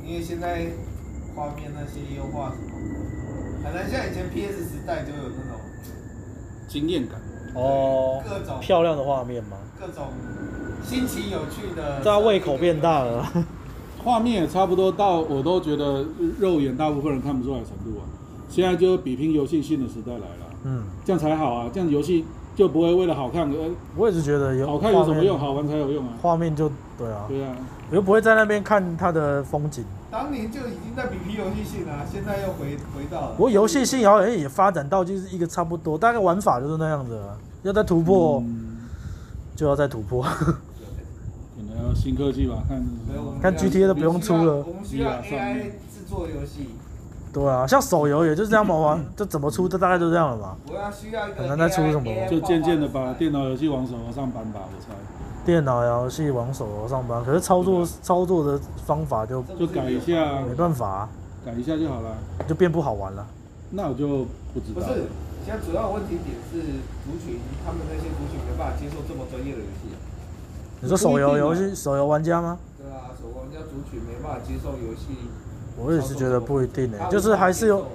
Speaker 2: 因为现在画面那些优化什么，很难像以前 PS 时代就有那种
Speaker 3: 经验感，
Speaker 4: 哦，
Speaker 2: 各种
Speaker 4: 漂亮的画面吗？
Speaker 2: 各种新奇有趣的。
Speaker 4: 大家胃口变大。了，
Speaker 3: 画面也差不多到我都觉得肉眼大部分人看不出来的程度啊。现在就是比拼游戏性的时代来了，
Speaker 4: 嗯，
Speaker 3: 这样才好啊，这样游戏就不会为了好看而
Speaker 4: 我也是觉得有
Speaker 3: 好看有什么用？
Speaker 4: 画面？
Speaker 3: 好玩才有用啊。
Speaker 4: 画面就对啊，
Speaker 3: 对啊，
Speaker 4: 我又不会在那边看它的风景。
Speaker 2: 当年就已经在比拼游戏性了，现在又回回到了。
Speaker 4: 不过游戏性好像也发展到就是一个差不多，大概玩法就是那样子了，要再突破、
Speaker 3: 嗯
Speaker 4: 就要再突破。
Speaker 3: 可能要新科技吧，看
Speaker 2: 所以我们
Speaker 4: 看
Speaker 2: 要
Speaker 4: GTA 都不用出了
Speaker 2: 我们需要我们需要
Speaker 3: VR
Speaker 2: AI 制作游戏，
Speaker 4: 对啊，像手游也就是这样嘛，玩 就怎么出，就大概就这样了嘛。
Speaker 2: 我要需要一个 AI。
Speaker 4: 很难再出什么
Speaker 3: 就渐渐的
Speaker 2: 爆
Speaker 3: 把
Speaker 2: 发时代
Speaker 3: 电脑游戏往手游上搬吧，我猜，
Speaker 4: 电脑游戏往手游上班，可是操作
Speaker 3: 啊
Speaker 4: 操作的方法就
Speaker 2: 这不
Speaker 3: 就是改
Speaker 2: 有
Speaker 3: 一下，
Speaker 4: 没办法啊、
Speaker 3: 改一下就好了。
Speaker 4: 就变不好玩了。
Speaker 3: 那我就不知
Speaker 2: 不
Speaker 3: 道。
Speaker 2: 是，现在主要问题点是族群，他们那些族群没办法接受这么专业的游戏。
Speaker 4: 你说手
Speaker 3: 啊
Speaker 4: 游游戏手游玩家吗？
Speaker 2: 对啊，手工人家族群没办法接受游戏，
Speaker 4: 我也是觉得不一定诶、
Speaker 2: 他们
Speaker 4: 就是还是有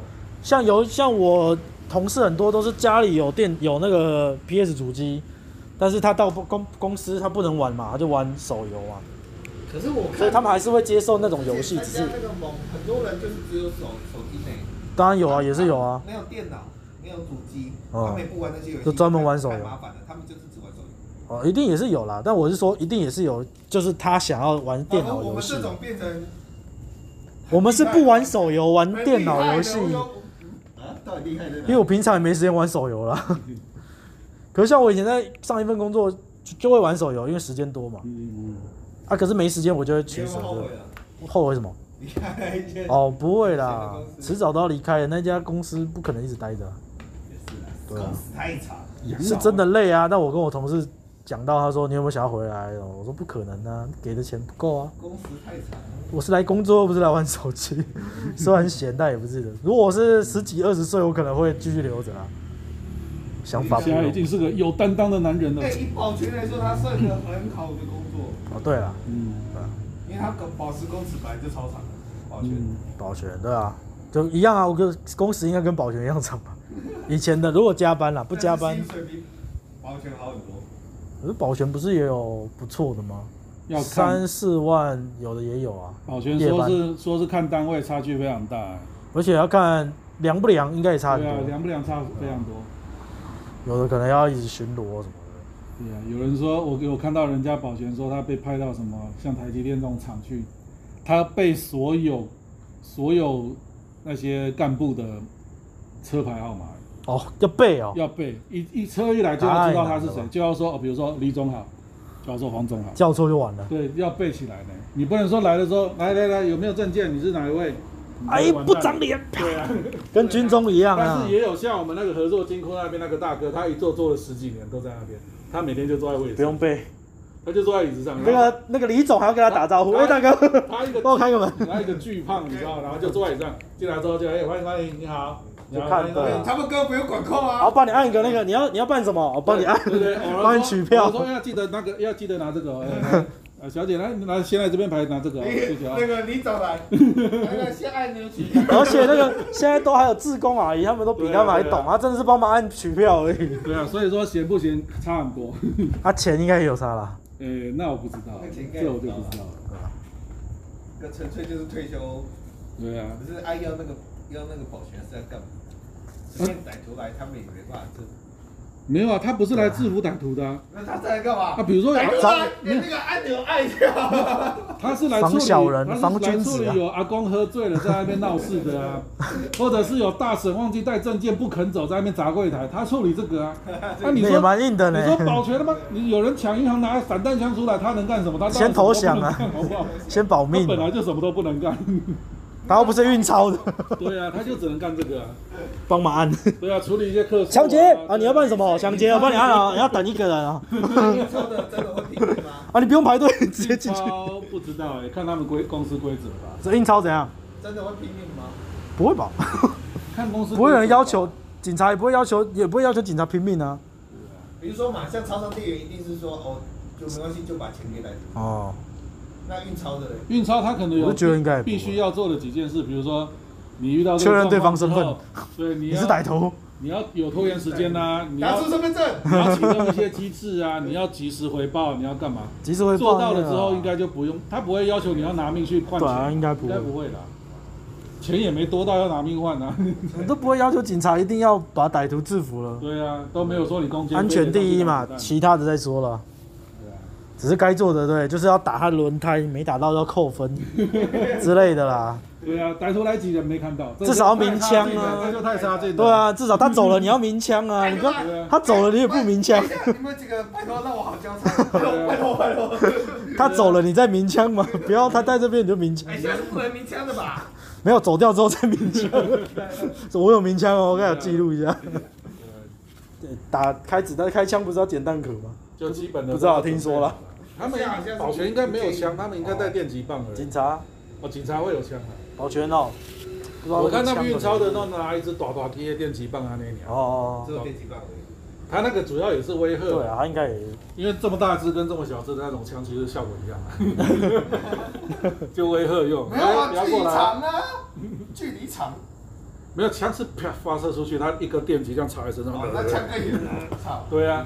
Speaker 4: 像有像我同事很多都是家里有电有那个 PS 主机，但是他到公公司他不能玩嘛，他就玩手游啊，
Speaker 2: 可是我看，
Speaker 4: 所以他们还是会接受那种游戏，只
Speaker 2: 之前
Speaker 4: 是
Speaker 2: 参加那个盟，很多人就是只有手手机内，
Speaker 4: 当然有啊，也是有啊，
Speaker 2: 没有电脑，没有主机，
Speaker 4: 哦
Speaker 2: 他们也不玩那些游戏，
Speaker 4: 就专门玩手游
Speaker 2: 太麻烦了，他们就是只玩手游。
Speaker 4: 哦，一定也是有啦。但我是说，一定也是有，就是他想要玩电
Speaker 2: 反而
Speaker 4: 脑
Speaker 2: 我
Speaker 4: 游
Speaker 2: 们
Speaker 4: 戏
Speaker 2: 这，种变成
Speaker 4: 我们是不玩手游，玩电脑游戏
Speaker 2: 很，厉害的我有嗯啊，到底厉害在哪？
Speaker 4: 因为我平常也没时间玩手游啦。 可是像我以前在上一份工作就就会玩手游，因为时间多嘛。
Speaker 3: 嗯，
Speaker 4: 啊，可是没时间我就会
Speaker 2: 你
Speaker 4: 取
Speaker 2: 有没
Speaker 4: 舍
Speaker 2: 有，后悔了？
Speaker 4: 后悔什么？
Speaker 2: 离开一件
Speaker 4: 哦，不会
Speaker 2: 以前
Speaker 4: 啦
Speaker 2: 的公，司
Speaker 4: 迟早都要离开的。那家公司不可能一直待着啊、
Speaker 2: 也是啦，
Speaker 4: 对啊
Speaker 2: 公司太长，
Speaker 3: 养
Speaker 4: 是
Speaker 3: 老
Speaker 4: 真的
Speaker 3: 啊，
Speaker 4: 累啊。但我跟我同事讲到，他说你有没有想要回来？我说不可能啊，给的钱不够啊。
Speaker 2: 公司太长，
Speaker 4: 我是来工作，不是来玩手 机。虽然闲，但也不是的。如果我是十几二十岁，我可能会继续留着啦。想法不
Speaker 3: 现在已
Speaker 4: 一
Speaker 3: 经是个有担当的男人了
Speaker 2: 对。以哎保全来说，他算一个很好的工作，
Speaker 4: 哦，对了，
Speaker 3: 嗯，
Speaker 2: 因为他保保持工时本来就超长的，保全。
Speaker 3: 嗯，
Speaker 4: 保全对啊，就一样啊。我跟工时应该跟保全一样长吧。以前的如果加班啦，不加班
Speaker 2: 但是，薪水比保全好很多。
Speaker 4: 可是保全不是也有不错的吗？
Speaker 3: 要看。
Speaker 4: 三四万有的也有啊，
Speaker 3: 保全
Speaker 4: 夜
Speaker 3: 说
Speaker 4: 班
Speaker 3: 是说是看单位差距非常大，哎
Speaker 4: 而且要看凉不凉，应该也差很
Speaker 3: 对啊，
Speaker 4: 多。
Speaker 3: 量不量差非常多。
Speaker 4: 有的可能要一直巡逻什么的。
Speaker 3: 对啊，有人说我有看到人家保全说他被派到什么像台积电这种厂去，他被所有所有那些干部的车牌号码
Speaker 4: 哦，要背哦，
Speaker 3: 要背，一一车一来就要知道他是谁，就要说哦，比如说李总好，就要说黄总好，
Speaker 4: 叫错就完了。
Speaker 3: 对，要背起来呢。你不能说来的时候来来来有没有证件，你是哪一位？
Speaker 4: 哎，不长
Speaker 3: 理。
Speaker 4: 脸，
Speaker 3: 对啊，
Speaker 4: 跟军中一样
Speaker 3: 但
Speaker 4: 啊
Speaker 3: 是。也有像我们那个合作金库那边那个大哥，他一坐坐了十几年都在那边，他每天就坐在位置，
Speaker 4: 不用，背。
Speaker 3: 他就坐在椅子上。
Speaker 4: 那个那个李总还要跟他打招呼，
Speaker 3: 啊
Speaker 4: 哎、大哥，
Speaker 3: 他一个
Speaker 4: 帮我开个门。
Speaker 3: 然后一个巨胖，你知道，然后就坐在椅子上，进来之后就哎，欢迎欢迎，你好，
Speaker 4: 就
Speaker 3: 然后
Speaker 4: 看 对
Speaker 2: 对
Speaker 4: 啊，
Speaker 2: 哎他们根本不用管控
Speaker 4: 然后
Speaker 2: 啊。
Speaker 4: 帮你按一个那个，你要你要办什么？我帮你按，
Speaker 3: 对对，对
Speaker 4: 帮你取票
Speaker 3: 我说要记得那个，要记得拿这个，哎哎，小姐来拿，先来这边排 拿这个，谢谢啊
Speaker 2: 那。个你找 来，来来先按钮取消。
Speaker 4: 而且那个现在都还有志工阿姨，他们都比他们还
Speaker 3: 对啊
Speaker 4: 懂，
Speaker 3: 对啊
Speaker 4: 他真的是帮忙按取票而已。
Speaker 3: 对啊，所以说闲不闲差很多。
Speaker 4: 他钱应该也有差啦，
Speaker 3: 哎，那我不知道，这我就不知道了。
Speaker 2: 那纯粹就是退休，
Speaker 3: 对啊，
Speaker 2: 可是哎要那个要那个保全是在干嘛？随便歹徒来，他们也没办法制服。
Speaker 3: 没有啊，他不是来制服歹徒的啊。
Speaker 2: 那他在干嘛？
Speaker 3: 啊，比如
Speaker 4: 哎
Speaker 3: 说
Speaker 2: 歹徒
Speaker 3: 他
Speaker 2: 把你哎那个按钮按掉。
Speaker 3: 他是来处理
Speaker 4: 防小人
Speaker 3: 他是
Speaker 4: 防君
Speaker 3: 来
Speaker 4: 子
Speaker 3: 处
Speaker 4: 啊
Speaker 3: 理有阿公喝醉了在那边闹事 的啊，或者是有大婶忘记带证件不肯走，在那边砸柜台，他处理这个啊。 那、你
Speaker 4: 那也
Speaker 3: 说
Speaker 4: 蛮硬的
Speaker 3: 你说
Speaker 4: 呢。
Speaker 3: 保全他妈，你有人抢银行拿散弹枪出来，他能干什么？他当然
Speaker 4: 先投降啊
Speaker 3: 什么都不能干 好不好？
Speaker 4: 先保
Speaker 3: 他
Speaker 4: 命啊
Speaker 3: 本，来就什么都不能干。
Speaker 4: 然后不是运钞的，
Speaker 3: 对啊，他就只能干这个、啊。
Speaker 4: 帮忙按。
Speaker 3: 对啊，处理一些客诉、啊。
Speaker 4: 抢劫啊！你要办
Speaker 3: 么？
Speaker 4: 什么？抢劫，我帮你按 啊！你要等一个人啊！
Speaker 2: 你抽的真的会平均吗？
Speaker 4: 啊，你不用排队，直接 进去。
Speaker 3: 超不知道哎、看他们规公司规则吧。
Speaker 4: 这印钞怎样？
Speaker 2: 真的会拼命吗？
Speaker 4: 不会 吧？
Speaker 3: 看公司规则吧
Speaker 4: 不会有人要求警察，也不会要求，也不会要求警察拼命啊。
Speaker 2: 比如说嘛，像超商店员一定是说哦，就没关系，就把钱给歹徒。
Speaker 4: 哦，
Speaker 2: 那运钞的人，
Speaker 3: 运钞他可能有，
Speaker 4: 我是觉得应该也不会
Speaker 3: 必须要做的几件事，比如说你遇到这
Speaker 4: 确
Speaker 3: 个
Speaker 4: 认对方身份
Speaker 3: 状况之后，对，你
Speaker 4: 你
Speaker 3: 要
Speaker 4: 是歹徒，
Speaker 3: 你要有拖延时间呐、你
Speaker 2: 拿
Speaker 3: 要
Speaker 2: 出身份 证。
Speaker 3: 你要启动一些机制啊， 你要及时回报，你要干嘛？
Speaker 4: 及时会
Speaker 3: 做到了之后，应该就不用，他不会要求你要拿命去换
Speaker 4: 对啊，
Speaker 3: 钱，
Speaker 4: 应该不
Speaker 3: 应
Speaker 4: 会
Speaker 3: 该，不会啦，钱也没多到要拿命换 啊。
Speaker 4: 我都不会要求警察一定要把歹徒制服了，
Speaker 3: 对啊，都没有说你攻击
Speaker 4: 安全第一嘛，
Speaker 3: 对
Speaker 4: 其他的再说了。
Speaker 3: 啊
Speaker 4: 只是该做的对，就是要打他轮胎，没打到要扣 分之类的啦。
Speaker 3: 对啊，歹徒来几人没看到，这
Speaker 4: 至少要鸣枪啊
Speaker 3: 这就太差劲了。
Speaker 4: 对，啊，至少他走了你要鸣枪啊，你不要
Speaker 3: 对啊
Speaker 4: 他走了你也不鸣枪
Speaker 2: 等，一哎下你们几个拜托让我好交 差，拜托拜托。
Speaker 4: 他走了你再鸣枪 嘛，不要他在这边你就鸣枪
Speaker 2: 哎，，现在是不能鸣枪的吧？
Speaker 4: 没有走掉之后再鸣 枪。说我有鸣枪哦，我刚有记录一下。
Speaker 3: 对啊
Speaker 4: 对 打开子弹开枪不是要捡弹壳吗？
Speaker 3: 就基本的
Speaker 4: 不知道听说了。
Speaker 3: 他
Speaker 2: 现
Speaker 3: 们
Speaker 2: 在好像是
Speaker 3: 保全应该没有枪，他们应该带电击棒而已
Speaker 4: 警。察、
Speaker 3: 哦，警察会有枪啊。
Speaker 4: 保全哦，不知道
Speaker 3: 我看他们运钞的
Speaker 4: 那
Speaker 3: 都拿一支短短的电击棒啊，那鸟。
Speaker 4: 哦
Speaker 2: 只，有电击棒而已。
Speaker 3: 他那个主要也是威吓，
Speaker 4: 对啊，他应该也
Speaker 3: 因为这么大支跟这么小支的那种枪其实效果一样啊， 就威吓用。
Speaker 2: 没有
Speaker 3: 哎
Speaker 2: 啊，
Speaker 3: 不要
Speaker 2: 距
Speaker 3: 过
Speaker 2: 离
Speaker 3: 来啊。
Speaker 2: 长啊，距离长。
Speaker 3: 没有枪是啪发射出去，他一个电击这样插在身上
Speaker 2: 哦，。那枪更远了，操！
Speaker 3: 对啊，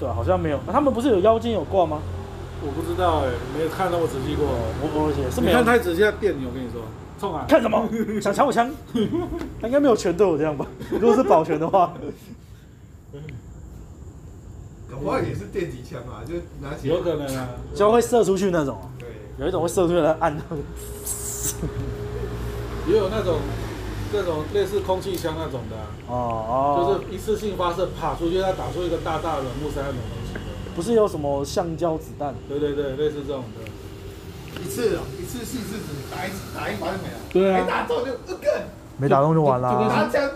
Speaker 4: 对啊，好像没有。他们不是有妖精有挂吗？
Speaker 3: 我不知道哎、没有看那么仔细过。哦
Speaker 4: 我我也是
Speaker 3: 你
Speaker 4: 没有
Speaker 3: 看。太仔细，他电你，我跟你说，冲啊！
Speaker 4: 看什么？想抢我枪？他应该没有拳对我这样吧？如果是保全的 话，
Speaker 2: 搞不好也是电击枪啊，就拿起来
Speaker 3: 有可能啊。
Speaker 4: 就会射出去那种，
Speaker 2: 对。
Speaker 4: 有一种会射出去的暗。
Speaker 3: 也有那种那种类似空气枪那种的啊、
Speaker 4: 哦哦，
Speaker 3: 就是一次性发射，啪出去，它打出一个大大的木塞那种东西的。
Speaker 4: 不是有什么橡胶子弹？
Speaker 3: 对对对，类似这种的。
Speaker 2: 一次哦，一次细致只打一打一发就没了。
Speaker 3: 对啊
Speaker 2: 没打中就呃干，
Speaker 4: 没打中就完
Speaker 3: 就跟
Speaker 4: 啦
Speaker 2: 拿，枪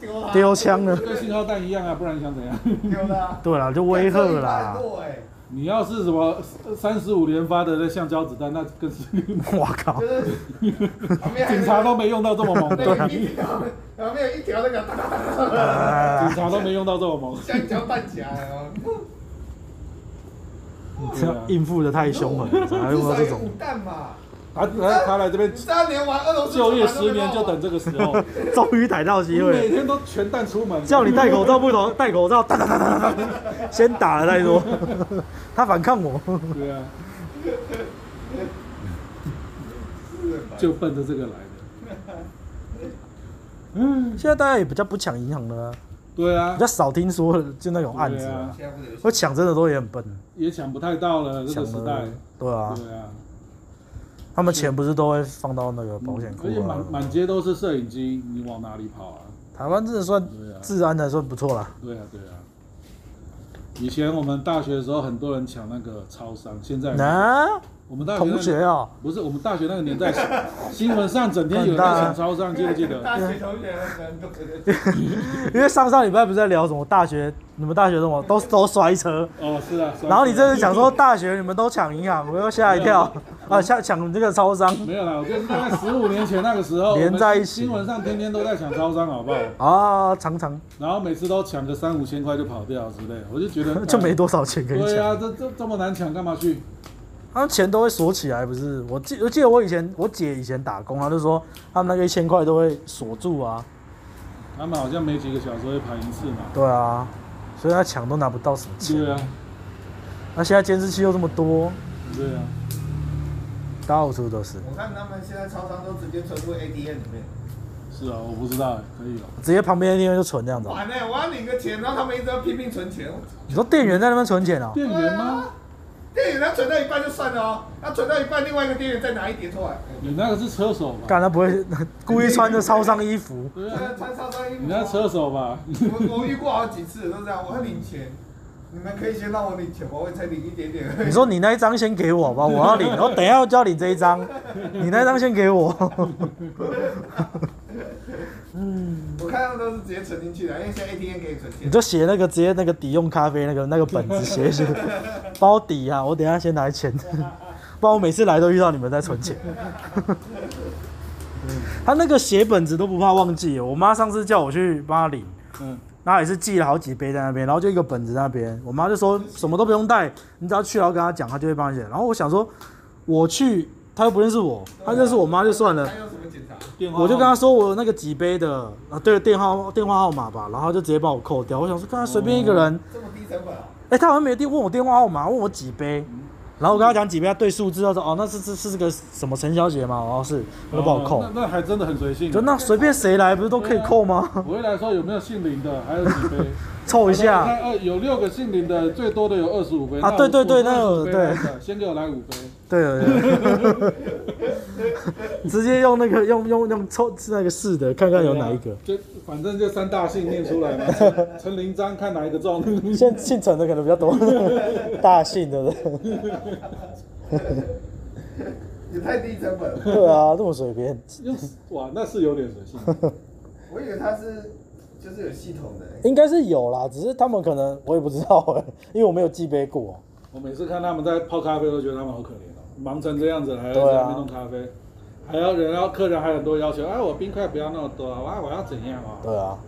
Speaker 2: 丢他，
Speaker 4: 丢枪了。
Speaker 3: 跟信号弹一样啊，不然你想怎样？
Speaker 2: 丢他，
Speaker 4: 对啦，就威吓啦
Speaker 2: 干这一发很。弱哎，
Speaker 3: 你要是什么三十五连发的那橡胶子弹，那 更是
Speaker 4: 我靠
Speaker 2: 就！是旁边还有
Speaker 3: 警察都没用到这么猛
Speaker 2: 那
Speaker 3: 的，
Speaker 4: 啊
Speaker 2: 个一条，旁边有一条那个哒哒哒哒哒
Speaker 3: 警
Speaker 4: 呃
Speaker 3: 察都没用到这么猛。
Speaker 2: 香蕉弹夹哦，
Speaker 4: 这样
Speaker 3: 啊
Speaker 4: 应付的太凶了，哪用
Speaker 2: 至
Speaker 4: 到
Speaker 2: 少
Speaker 4: 这
Speaker 2: 有
Speaker 4: 种
Speaker 2: 五弹嘛。
Speaker 3: 他他啊他来这边
Speaker 2: 你三年玩俄罗斯
Speaker 3: 就业十
Speaker 2: 啊
Speaker 3: 年，就等这个时 候。
Speaker 4: 终于逮到机
Speaker 3: 你每
Speaker 4: 会，
Speaker 3: 天都全弹出门，
Speaker 4: 叫你戴口罩不同，戴口罩，哒哒哒哒哒哒，先打了再说。他反抗我，
Speaker 3: 对啊，
Speaker 2: 就
Speaker 3: 就奔着这个来的。嗯，
Speaker 4: 现在大家也比较不抢银行了啊，
Speaker 3: 对啊
Speaker 4: 比，较少听说就那种案子
Speaker 3: 对
Speaker 4: 啊
Speaker 3: 啊，
Speaker 2: 现在不是有
Speaker 4: 会抢真的都也很笨，
Speaker 3: 也抢不太到了这
Speaker 4: 抢
Speaker 3: 个时代
Speaker 4: 的。对啊，
Speaker 3: 对啊，
Speaker 4: 他们钱不是都会放到那个保险库
Speaker 3: 而且
Speaker 4: 啊
Speaker 3: 满？满街都是摄影机，你往哪里跑啊？
Speaker 4: 台湾真的算
Speaker 3: 对啊，
Speaker 4: 治安还算不错啦，
Speaker 3: 对啊，对啊。以前我们大学的时候，很多人抢那个超商，现在
Speaker 4: 啊，
Speaker 3: 我们大学那个
Speaker 4: 同学啊，
Speaker 3: 不是我们大学那个年代，新闻上整天有人在
Speaker 4: 啊
Speaker 3: 抢超商，记不 记得？
Speaker 2: 大学同学很多人
Speaker 4: 因为上上礼拜不是在聊什么大学，你们大学什么都都摔车，
Speaker 3: 哦，是啊。
Speaker 4: 然后你这次讲说大学你们都抢银行，我又吓一跳啊，吓抢这个超商
Speaker 3: 没有啦，我就是大概十五年前那个时候，
Speaker 4: 连在一起
Speaker 3: 新闻上天天都在抢超商，好不好？
Speaker 4: 啊，常常
Speaker 3: 然后每次都抢个三五千块就跑掉之类的，我就 觉得哎
Speaker 4: 就没多少钱可以
Speaker 3: 啊对
Speaker 4: 抢，
Speaker 3: 啊，这这这么难抢，干嘛去？
Speaker 4: 他们钱都会锁起来，不是？我记我记得我以前我姐以前打工，她就说他们那个一千块都会锁住啊，
Speaker 3: 他们好像每几个小时会盘一次嘛。
Speaker 4: 对啊，所以她抢都拿不到什么钱，
Speaker 3: 对啊，
Speaker 4: 那现在监视器又这么多，
Speaker 3: 对啊，
Speaker 4: 到处都是，
Speaker 2: 我看他们现在超商都直接存入 ATM 里面。
Speaker 3: 是啊，我不知道，可以哦。
Speaker 4: 直接旁边的店员就存这样子哦、
Speaker 2: 完了，我要领个钱，然后他们一直要拼命存钱。
Speaker 4: 你说店员在那边存钱啊、
Speaker 3: 店员吗？？
Speaker 2: 店员他存到一半就算了哦，他存到一半，另外一个店员再拿一叠出来。
Speaker 3: 你那个是车手吧？
Speaker 4: 干他不会故意穿着超商衣服，
Speaker 3: 对啊
Speaker 2: 穿，穿上穿衣服。
Speaker 3: 你那车手吧？
Speaker 2: 我我遇过好几次都这样，我要领钱，你们可以先让我领钱吗？我才领一点 点而
Speaker 4: 你
Speaker 2: 已。
Speaker 4: 说你那一张先给我吧，我要领，我等一下就要领这一张，你那一张先给我。
Speaker 2: 我看他们都是直接存进去的，因为现在 ATM 可以存
Speaker 4: 你
Speaker 2: 钱。
Speaker 4: 就写那个直接那个抵用咖啡那个那个本子写一写，包底啊，我等一下先拿钱，不然我每次来都遇到你们在存钱。他那个写本子都不怕忘记，我妈上次叫我去帮她领，
Speaker 3: 嗯，
Speaker 4: 然后也是寄了好几杯在那边，然后就一个本子在那边，我妈就说什么都不用带，你只要去然后跟她讲，她就会帮你写。然后我想说，我去，她又不认识我，她认识我妈就算了
Speaker 2: 还，有什么检查？
Speaker 3: 电话
Speaker 4: 我就跟她说我有那个几杯的，啊对，电话电话号码吧，然后她就直接帮我扣掉。我想说，刚才随便一个人，
Speaker 2: 这么低成本啊？
Speaker 4: 哎、她好像没有电问我电话号码，问我几杯，然后我跟她讲几杯，她对数字，她说哦，那是是是个什么陈小姐吗？哦是，她就帮我扣
Speaker 3: 哦。那那啊还真的很随性。
Speaker 4: 就那随便谁来不是都可以扣吗？
Speaker 3: 我会来说有没有姓林的，还有几杯？
Speaker 4: 凑一下，
Speaker 3: 呃，有六个姓林的，最多的有二十五杯。
Speaker 4: 啊
Speaker 3: 那
Speaker 4: 对
Speaker 3: 我
Speaker 4: 对对
Speaker 3: 我
Speaker 4: 那有
Speaker 3: 25杯
Speaker 4: 对
Speaker 3: 来一个先给我来五杯。
Speaker 4: 对对对，直接用那个用用用抽那个试的，看看有哪一个。
Speaker 3: 对啊？就反正就三大姓念出 来嘛，陈陈林章看哪一个中。
Speaker 4: 现姓陈的可能比较多， 大姓的，
Speaker 2: 也太低成本了。
Speaker 4: 对啊，这么随便，
Speaker 3: 用哇，那是有点随性。
Speaker 2: 我以为他是就是有系统的、欸。
Speaker 4: 应该是有啦，只是他们可能我也不知道哎、因为我没有记杯过。
Speaker 3: 我每次看他们在泡咖啡，都觉得他们好可怜哦，忙成这样子，还要在
Speaker 4: 对啊
Speaker 3: 那边弄咖啡，还要人要客人还很多要求，哎，我冰块不要那么多啊，我要怎样啊？
Speaker 4: 对啊，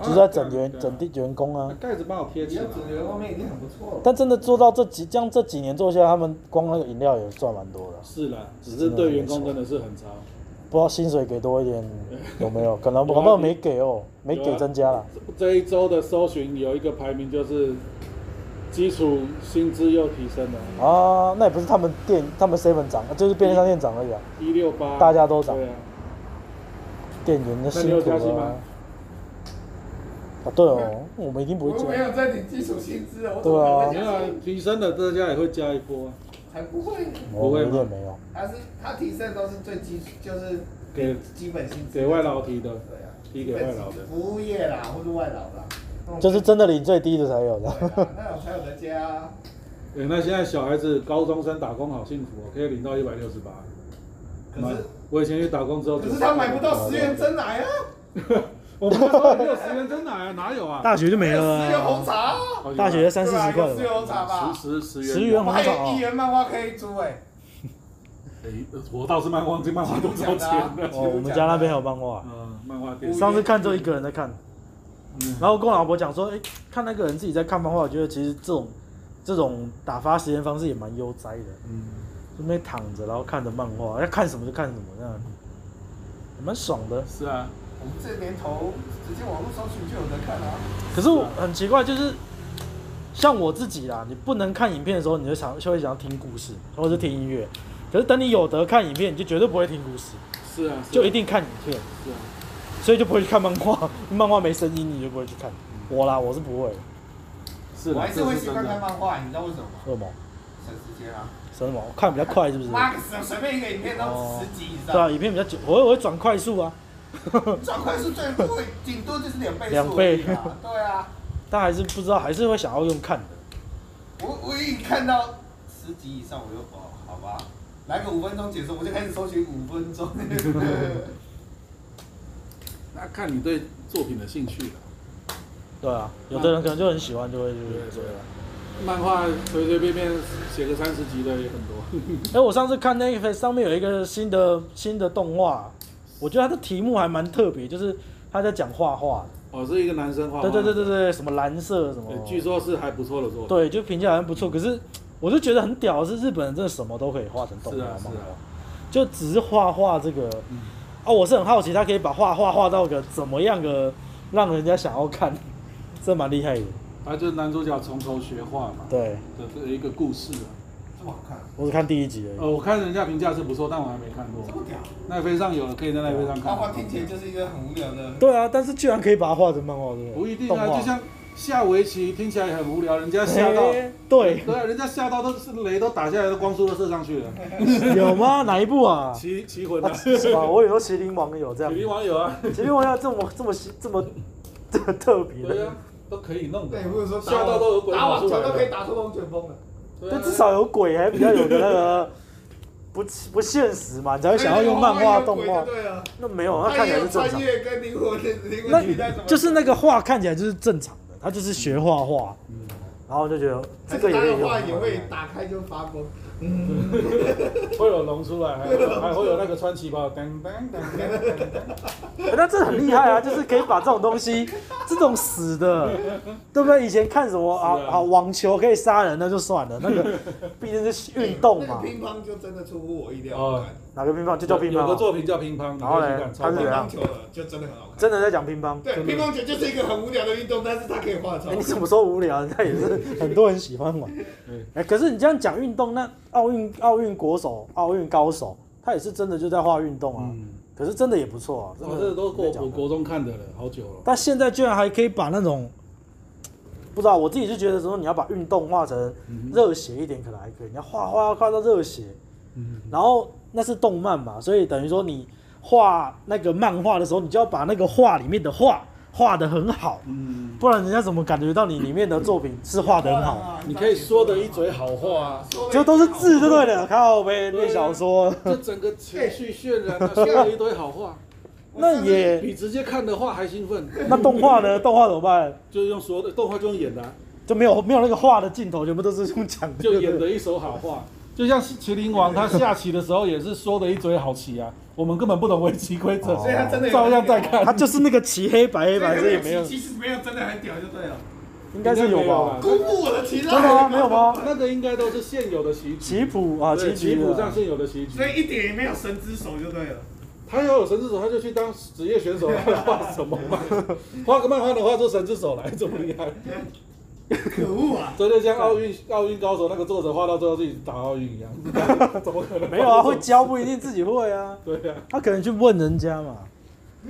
Speaker 3: 啊
Speaker 4: 就是在整员
Speaker 3: 对啊
Speaker 4: 整地员工啊。
Speaker 3: 盖子帮我贴
Speaker 2: 你
Speaker 3: 起来
Speaker 2: 要。主流方面已经很不错了。
Speaker 4: 但真的做到这几这样这几年做下来，他们光那个饮料也赚蛮多的，
Speaker 3: 是啦，只是对员工真的是很糟。
Speaker 4: 不知道薪水给多一点有没有？可能可能没给哦、没给增加了。
Speaker 3: 这一周的搜寻有一个排名就是基础薪资又提升了，
Speaker 4: 啊，那也不是他们店，他们 seven 涨，就是便利商店涨而已啊。
Speaker 3: 一六八，
Speaker 4: 大家都涨
Speaker 3: 对啊，
Speaker 4: 店员的
Speaker 3: 嗯那
Speaker 4: 辛
Speaker 3: 你有
Speaker 4: 苦
Speaker 3: 加薪
Speaker 4: 了啊
Speaker 3: 吗？。
Speaker 4: 啊，对哦，我们一定不会
Speaker 1: 我没
Speaker 3: 啊
Speaker 4: 加。
Speaker 1: 有在领基础薪资啊，我怎么
Speaker 3: 没
Speaker 1: 会
Speaker 3: 有
Speaker 1: 加
Speaker 3: 啊
Speaker 1: 薪？
Speaker 3: 提升了，大家也会加一波啊，
Speaker 1: 才不会，
Speaker 4: 我们一
Speaker 3: 不会
Speaker 4: 定
Speaker 3: 吗
Speaker 4: 没有。
Speaker 2: 他是他提升都是最基，就是
Speaker 4: 嗯
Speaker 3: 给
Speaker 2: 基本薪资
Speaker 3: 给外劳提的，
Speaker 2: 对啊，
Speaker 3: 提给外劳的
Speaker 2: 服务业啦，或是外劳啦，那种
Speaker 4: 就是真的领最低的才有
Speaker 2: 对
Speaker 4: 的。
Speaker 2: 啊，那种才有得加啊。
Speaker 3: 哎、那现在小孩子高中生打工好幸福哦，可以领到一百六十八。
Speaker 2: 可是
Speaker 3: 我以前去打工之后，
Speaker 2: 可是他买不到十元真奶啊，
Speaker 3: 我们那时候没有十元真奶啊，哪有啊？
Speaker 4: 学就
Speaker 2: 有十元
Speaker 4: 哦
Speaker 2: 红茶啊，
Speaker 3: 好像
Speaker 4: 大学三四
Speaker 2: 对
Speaker 4: 十
Speaker 2: 吧？
Speaker 4: 块
Speaker 2: 有
Speaker 4: 了
Speaker 2: 十元
Speaker 4: 吧。
Speaker 2: 红茶吧？
Speaker 3: 十十十元，
Speaker 4: 十元
Speaker 2: 我
Speaker 4: 红
Speaker 2: 还
Speaker 4: 茶
Speaker 2: 有一
Speaker 4: 哦。
Speaker 2: 元漫画可以租哎，
Speaker 3: 哎、我倒是漫忘记漫画 多少钱了。
Speaker 4: 哦，我们家那边还有漫
Speaker 2: 啊
Speaker 4: 画。
Speaker 3: 嗯，漫画店。
Speaker 4: 上次看就一个人在看，
Speaker 3: 嗯
Speaker 4: 然后跟我老婆讲说，哎、看那个人自己在看漫画，我觉得其实这种这种打发时间方式也蛮悠哉的，
Speaker 3: 嗯，
Speaker 4: 就那边躺着然后看着漫画，要看什么就看什么那样，也蛮爽的。
Speaker 3: 是啊，
Speaker 2: 我们这年头直接网络搜寻就有得看啊。
Speaker 4: 可是我很奇怪，就是像我自己啦，你不能看影片的时候，你就想就会想要听故事或者是听音乐，可是等你有得看影片，你就绝对不会听故事，
Speaker 3: 是啊，
Speaker 4: 就一
Speaker 3: 一
Speaker 4: 定看影片，
Speaker 3: 是啊。
Speaker 4: 所以就不会去看漫画，漫画没声音你就不会去看。我啦，我是不会，
Speaker 3: 是
Speaker 2: 我
Speaker 3: 啊，
Speaker 2: 还是
Speaker 3: 这
Speaker 2: 会
Speaker 3: 是
Speaker 2: 习
Speaker 3: 真
Speaker 2: 惯看
Speaker 3: 的。
Speaker 2: 漫画，你知道为什么吗？
Speaker 4: 为什么？
Speaker 2: 省时间啊。
Speaker 4: 什么？我看比较快是不是？
Speaker 2: Max 随便一个影片都
Speaker 4: 哦
Speaker 2: 十集以
Speaker 4: 对
Speaker 2: 上，
Speaker 4: 啊，影片比较久，我会我会转快速啊，
Speaker 2: 转快速最多顶多就是两倍
Speaker 4: 两
Speaker 2: 速而
Speaker 4: 倍
Speaker 2: 已啊。对啊，
Speaker 4: 但还是不知道，还是会想要用看的。
Speaker 2: 我我一看到十集以上，我就哦，好吧，来个五分钟解说，我就开始搜寻五分钟。
Speaker 3: 那看你对作品的兴趣了。
Speaker 4: 对啊，有的人可能就很喜欢，就会就
Speaker 3: 对
Speaker 4: 会
Speaker 3: 对
Speaker 4: 追
Speaker 3: 对
Speaker 4: 了。
Speaker 3: 漫画随随便便写个三十集的也很多。
Speaker 4: 哎、我上次看 Netflix 上面有一个新的新的动画，我觉得它的题目还蛮特别，就是他在讲画画的。
Speaker 3: 哦，是一个男生画画。
Speaker 4: 对对对对对，什么蓝色什么
Speaker 3: 呃。据说是还不错的作品。
Speaker 4: 对，就评价好像不错，可是我就觉得很屌，是日本人真的什么都可以画成动
Speaker 3: 是
Speaker 4: 画
Speaker 3: 啊
Speaker 4: 漫画，
Speaker 3: 是啊
Speaker 4: 就只是画画这个。
Speaker 3: 嗯
Speaker 4: 啊，我是很好奇，他可以把画画画到个怎么样的，让人家想要看， 这蛮厉害的。
Speaker 3: 他就是男主角从头学画嘛
Speaker 4: 对，
Speaker 3: 的的一个故事啊。
Speaker 2: 这么好看，
Speaker 4: 我只看第一集而已。
Speaker 3: 呃，我看人家评价是不错，但我还没看过
Speaker 2: 这。么屌，啊
Speaker 3: 奈飞上有了，可以在奈飞上看。
Speaker 2: 漫画听起来就是一个很无聊的。
Speaker 4: 对啊，但是居然可以把它画成漫画，对
Speaker 3: 不一定
Speaker 4: 动
Speaker 3: 啊，
Speaker 4: 画
Speaker 3: 就像下围棋听起来很无聊，人家下到。
Speaker 4: 欸对，
Speaker 3: 对啊，人家下到都是雷都打下来，都光速都射上去了。
Speaker 4: 有吗？哪一部啊？
Speaker 3: 棋棋魂啊
Speaker 4: 哎啊，， 是吧？我以为《麒麟王》有这样
Speaker 3: 体，力网友啊，
Speaker 4: 《麒麟王》要这么这么这么这么特别
Speaker 3: 对
Speaker 4: 的
Speaker 3: 啊，，都可以弄的
Speaker 2: 对，。不是说打
Speaker 3: 吓到都有鬼
Speaker 2: 打
Speaker 3: 跑
Speaker 2: 网
Speaker 3: 出来
Speaker 2: 球
Speaker 3: 了
Speaker 2: 都可以打出龙卷风了。
Speaker 3: 对啊
Speaker 4: 但至少有鬼，还比较有个那个 不不现实嘛，你才会想要用漫画动画。
Speaker 2: 对啊，
Speaker 4: 那没有，那看起来是正
Speaker 2: 穿
Speaker 4: 常。
Speaker 2: 越跟灵魂灵魂替代什
Speaker 4: 那
Speaker 2: 么？
Speaker 4: 就是那个画看起来就是正常的，他就是学画画，
Speaker 3: 嗯
Speaker 4: 然后就觉得这
Speaker 2: 这
Speaker 4: 个
Speaker 2: 个
Speaker 4: 也可以
Speaker 2: 的话也
Speaker 4: 用。
Speaker 2: 会打开就发光。
Speaker 3: 会有龙出来，还有还会有那个穿旗袍，噔噔噔噔噔噔。
Speaker 4: 欸那这很厉害啊，就是可以把这种东西，这种死的，对不对？以前看什么啊
Speaker 3: 是啊
Speaker 4: 啊网球可以杀人，那就算了，那个毕竟是运动嘛
Speaker 2: 那个，乒乓就真的出乎我意料，
Speaker 3: 哦
Speaker 2: 好看
Speaker 4: 哪个乒乓就叫乒
Speaker 3: 有个
Speaker 4: 乓啊，
Speaker 3: 作品叫乒乓，
Speaker 4: 然后嘞
Speaker 3: 你可以去看超
Speaker 4: 他
Speaker 2: 乒
Speaker 4: 是
Speaker 3: 棒
Speaker 4: 怎样
Speaker 2: 乓球了就真的很好看。
Speaker 4: 真的在讲乒乓。
Speaker 2: 对，
Speaker 3: 真的
Speaker 2: 乒乓球就是一个很无聊的运动，但是它可以画超
Speaker 4: 欸、你什么时候无聊？人家也是很多人喜欢玩。
Speaker 3: 对
Speaker 4: 哎、可是你这样讲运动，那奥运奥运国手、奥运高手，他也是真的就在画运动啊。
Speaker 3: 嗯，
Speaker 4: 可是真的也不错啊，真
Speaker 3: 我
Speaker 4: 的
Speaker 3: 这都
Speaker 4: 没
Speaker 3: 过
Speaker 4: 讲
Speaker 3: 我
Speaker 4: 的
Speaker 3: 国中看的了，好久了。
Speaker 4: 但现在居然还可以把那种，不知道我自己是觉得说你要把运动画成
Speaker 3: 嗯
Speaker 4: 热血一点，可能还可以。你要画画要画到热血，
Speaker 3: 嗯，
Speaker 4: 然后那是动漫嘛，所以等于说你画那个漫画的时候，你就要把那个画里面的画画得很好，
Speaker 3: 嗯，
Speaker 4: 不然人家怎么感觉到你里面的作品是画得很好？
Speaker 2: 啊
Speaker 3: 你可以说的一嘴好话啊，
Speaker 2: 说得一
Speaker 4: 就都是字就对了，靠呗，
Speaker 3: 对啊
Speaker 4: 念小说，
Speaker 3: 这整个情绪渲染啊，说了一堆好话，
Speaker 4: 那也
Speaker 3: 比直接看的话还兴奋。
Speaker 4: 那动画呢？动画怎么办？
Speaker 3: 就是用说的动画就用演的啊、
Speaker 4: 就没有没有那个画的镜头，全部都是用讲的，
Speaker 3: 就演
Speaker 4: 对不
Speaker 3: 的一手好话。就像麒麟王他下棋的时候也是说的一嘴好棋啊，我们根本不懂围棋规则，
Speaker 2: 哦所以他真的有
Speaker 3: 照样在
Speaker 4: 对，
Speaker 3: 看。
Speaker 4: 他就是那个骑黑白
Speaker 2: 所以
Speaker 4: 黑白，
Speaker 2: 那
Speaker 4: 这
Speaker 2: 个
Speaker 4: 也没有
Speaker 2: 其，其实没有真的很屌就对了，
Speaker 4: 应该是有
Speaker 3: 应该没有
Speaker 4: 吧
Speaker 3: 吧？
Speaker 2: 辜负我的期待。
Speaker 4: 真的吗？没有？吗？
Speaker 3: 哦那个应该都是现有的棋局，
Speaker 4: 棋谱啊，棋
Speaker 3: 对棋
Speaker 4: 局
Speaker 3: 谱
Speaker 4: 啊
Speaker 3: 上现有的棋局
Speaker 2: 所。以一点也没有神之手就对了。
Speaker 3: 他要有神之手，他就去当职 业选手，他画什么嘛？画个漫画能画出神之手来，这么厉害？
Speaker 1: 可恶啊！
Speaker 3: 这就像奥运奥运高手那个作者画到最后自己打奥运一 样，怎么可能？
Speaker 4: 没有啊，会教不一定自己会啊，
Speaker 3: 对呀、
Speaker 4: 他可能去问人家嘛，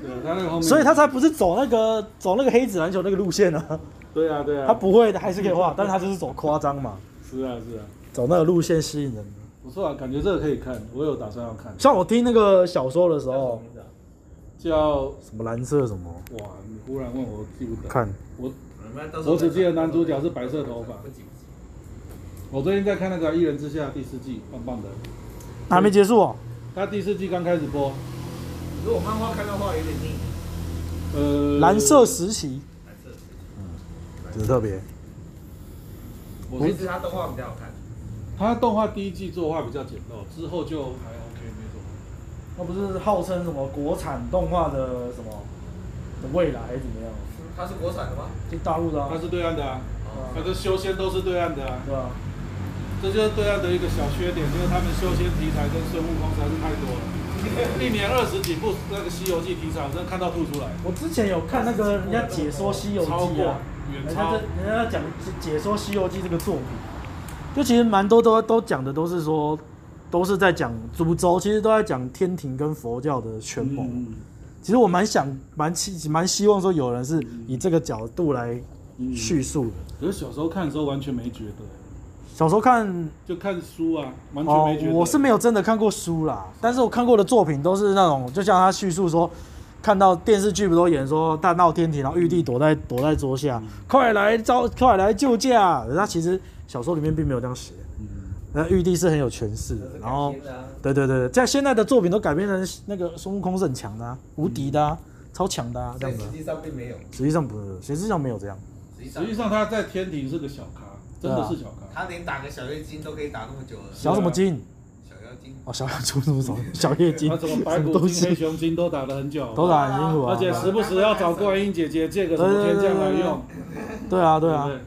Speaker 3: 对啊，他那个后面，
Speaker 4: 所以他才不是走那个走那个黑子篮球那个路线啊，
Speaker 3: 对呀、对呀、
Speaker 4: 他不会的还是可以画，但是他就是走夸张嘛，
Speaker 3: 是啊是啊，
Speaker 4: 走那个路线吸引人。
Speaker 3: 不错啊，感觉这个可以看，我有打算要看，
Speaker 4: 像我听那个小说的时候，
Speaker 3: 叫
Speaker 4: 什么蓝色什么，
Speaker 3: 哇，你忽然问我我记不得，
Speaker 4: 看
Speaker 3: 我
Speaker 2: 我
Speaker 3: 我只记得男主角是白色头发我最近在看那个《一人之下》第四季，棒棒的，
Speaker 4: 还没结束哦，
Speaker 3: 他第四季刚开始播，
Speaker 2: 如果漫画看到画有点腻，
Speaker 3: 呃，
Speaker 4: 蓝色时期
Speaker 2: 蓝色。
Speaker 4: 只特别，
Speaker 2: 我其实它动画比较好看。
Speaker 3: 他动画第一季作画比较简陋，之后就还 OK 没错。
Speaker 4: 那不是号称什么国产动画的什么的未来还是怎么样？
Speaker 2: 它是国产的吗？
Speaker 4: 就大陆的啊
Speaker 3: 它，是对岸的啊，
Speaker 4: 哦
Speaker 3: 它的修仙都是对岸的啊，
Speaker 4: 对吧？
Speaker 3: 这就是对岸的一个小缺点，就是他们修仙题材跟孙悟空实在是太多了，一年二十几部那个《西游记》题材，我真的看到吐出来，
Speaker 4: 我之前有看那个人家解说《西游记
Speaker 3: 超》过
Speaker 4: 啊，
Speaker 3: 远
Speaker 4: 人家
Speaker 3: 超
Speaker 4: 这。人家讲解说《西游记》这个作品，就其实蛮多都都讲的都是说，都是在讲株洲，其实都在讲天庭跟佛教的权谋。
Speaker 3: 嗯
Speaker 4: 其实我蛮想蛮期蛮希望说有人是以这个角度来
Speaker 3: 嗯
Speaker 4: 叙述的。
Speaker 3: 可是小时候看的时候完全没觉得，
Speaker 4: 小时候看
Speaker 3: 就看书啊，完全
Speaker 4: 哦
Speaker 3: 没觉，得。
Speaker 4: 我是没有真的看过书啦，但是我看过的作品都是那种，就像他叙述说，看到电视剧不都演说大闹天庭，然后玉帝躲在躲在桌下，
Speaker 3: 嗯
Speaker 4: 快来招，快来救驾。可是他其实小说里面并没有这样写，
Speaker 3: 嗯，
Speaker 4: 那玉帝是很有权势的，然后对对对，对在现在的作品都改编成那个孙悟空是很强的、啊，无敌的、
Speaker 3: 嗯
Speaker 4: 啊，超强的、啊、这
Speaker 2: 但
Speaker 4: 样子
Speaker 2: 实
Speaker 4: 啊。
Speaker 2: 际上并没有。
Speaker 4: 实际上不是，实际上没有这样。
Speaker 2: 实际
Speaker 3: 实
Speaker 2: 上
Speaker 3: 际上他在天庭是个小咖，真的是小
Speaker 4: 啊
Speaker 3: 咖。
Speaker 2: 他连打个小月经都可以打那么久了。
Speaker 3: 啊
Speaker 4: 小什么精？
Speaker 2: 小妖精，
Speaker 4: 哦，小出什么什么小夜精
Speaker 3: 他，怎么白
Speaker 4: 什么
Speaker 3: 骨
Speaker 4: 东
Speaker 3: 精、
Speaker 4: 西
Speaker 3: 黑熊 精都打得很久，
Speaker 4: 都打得很辛苦啊
Speaker 3: 而。且时不时要找观音姐姐借个什么天降来用，
Speaker 4: 对啊，对啊
Speaker 3: 不。对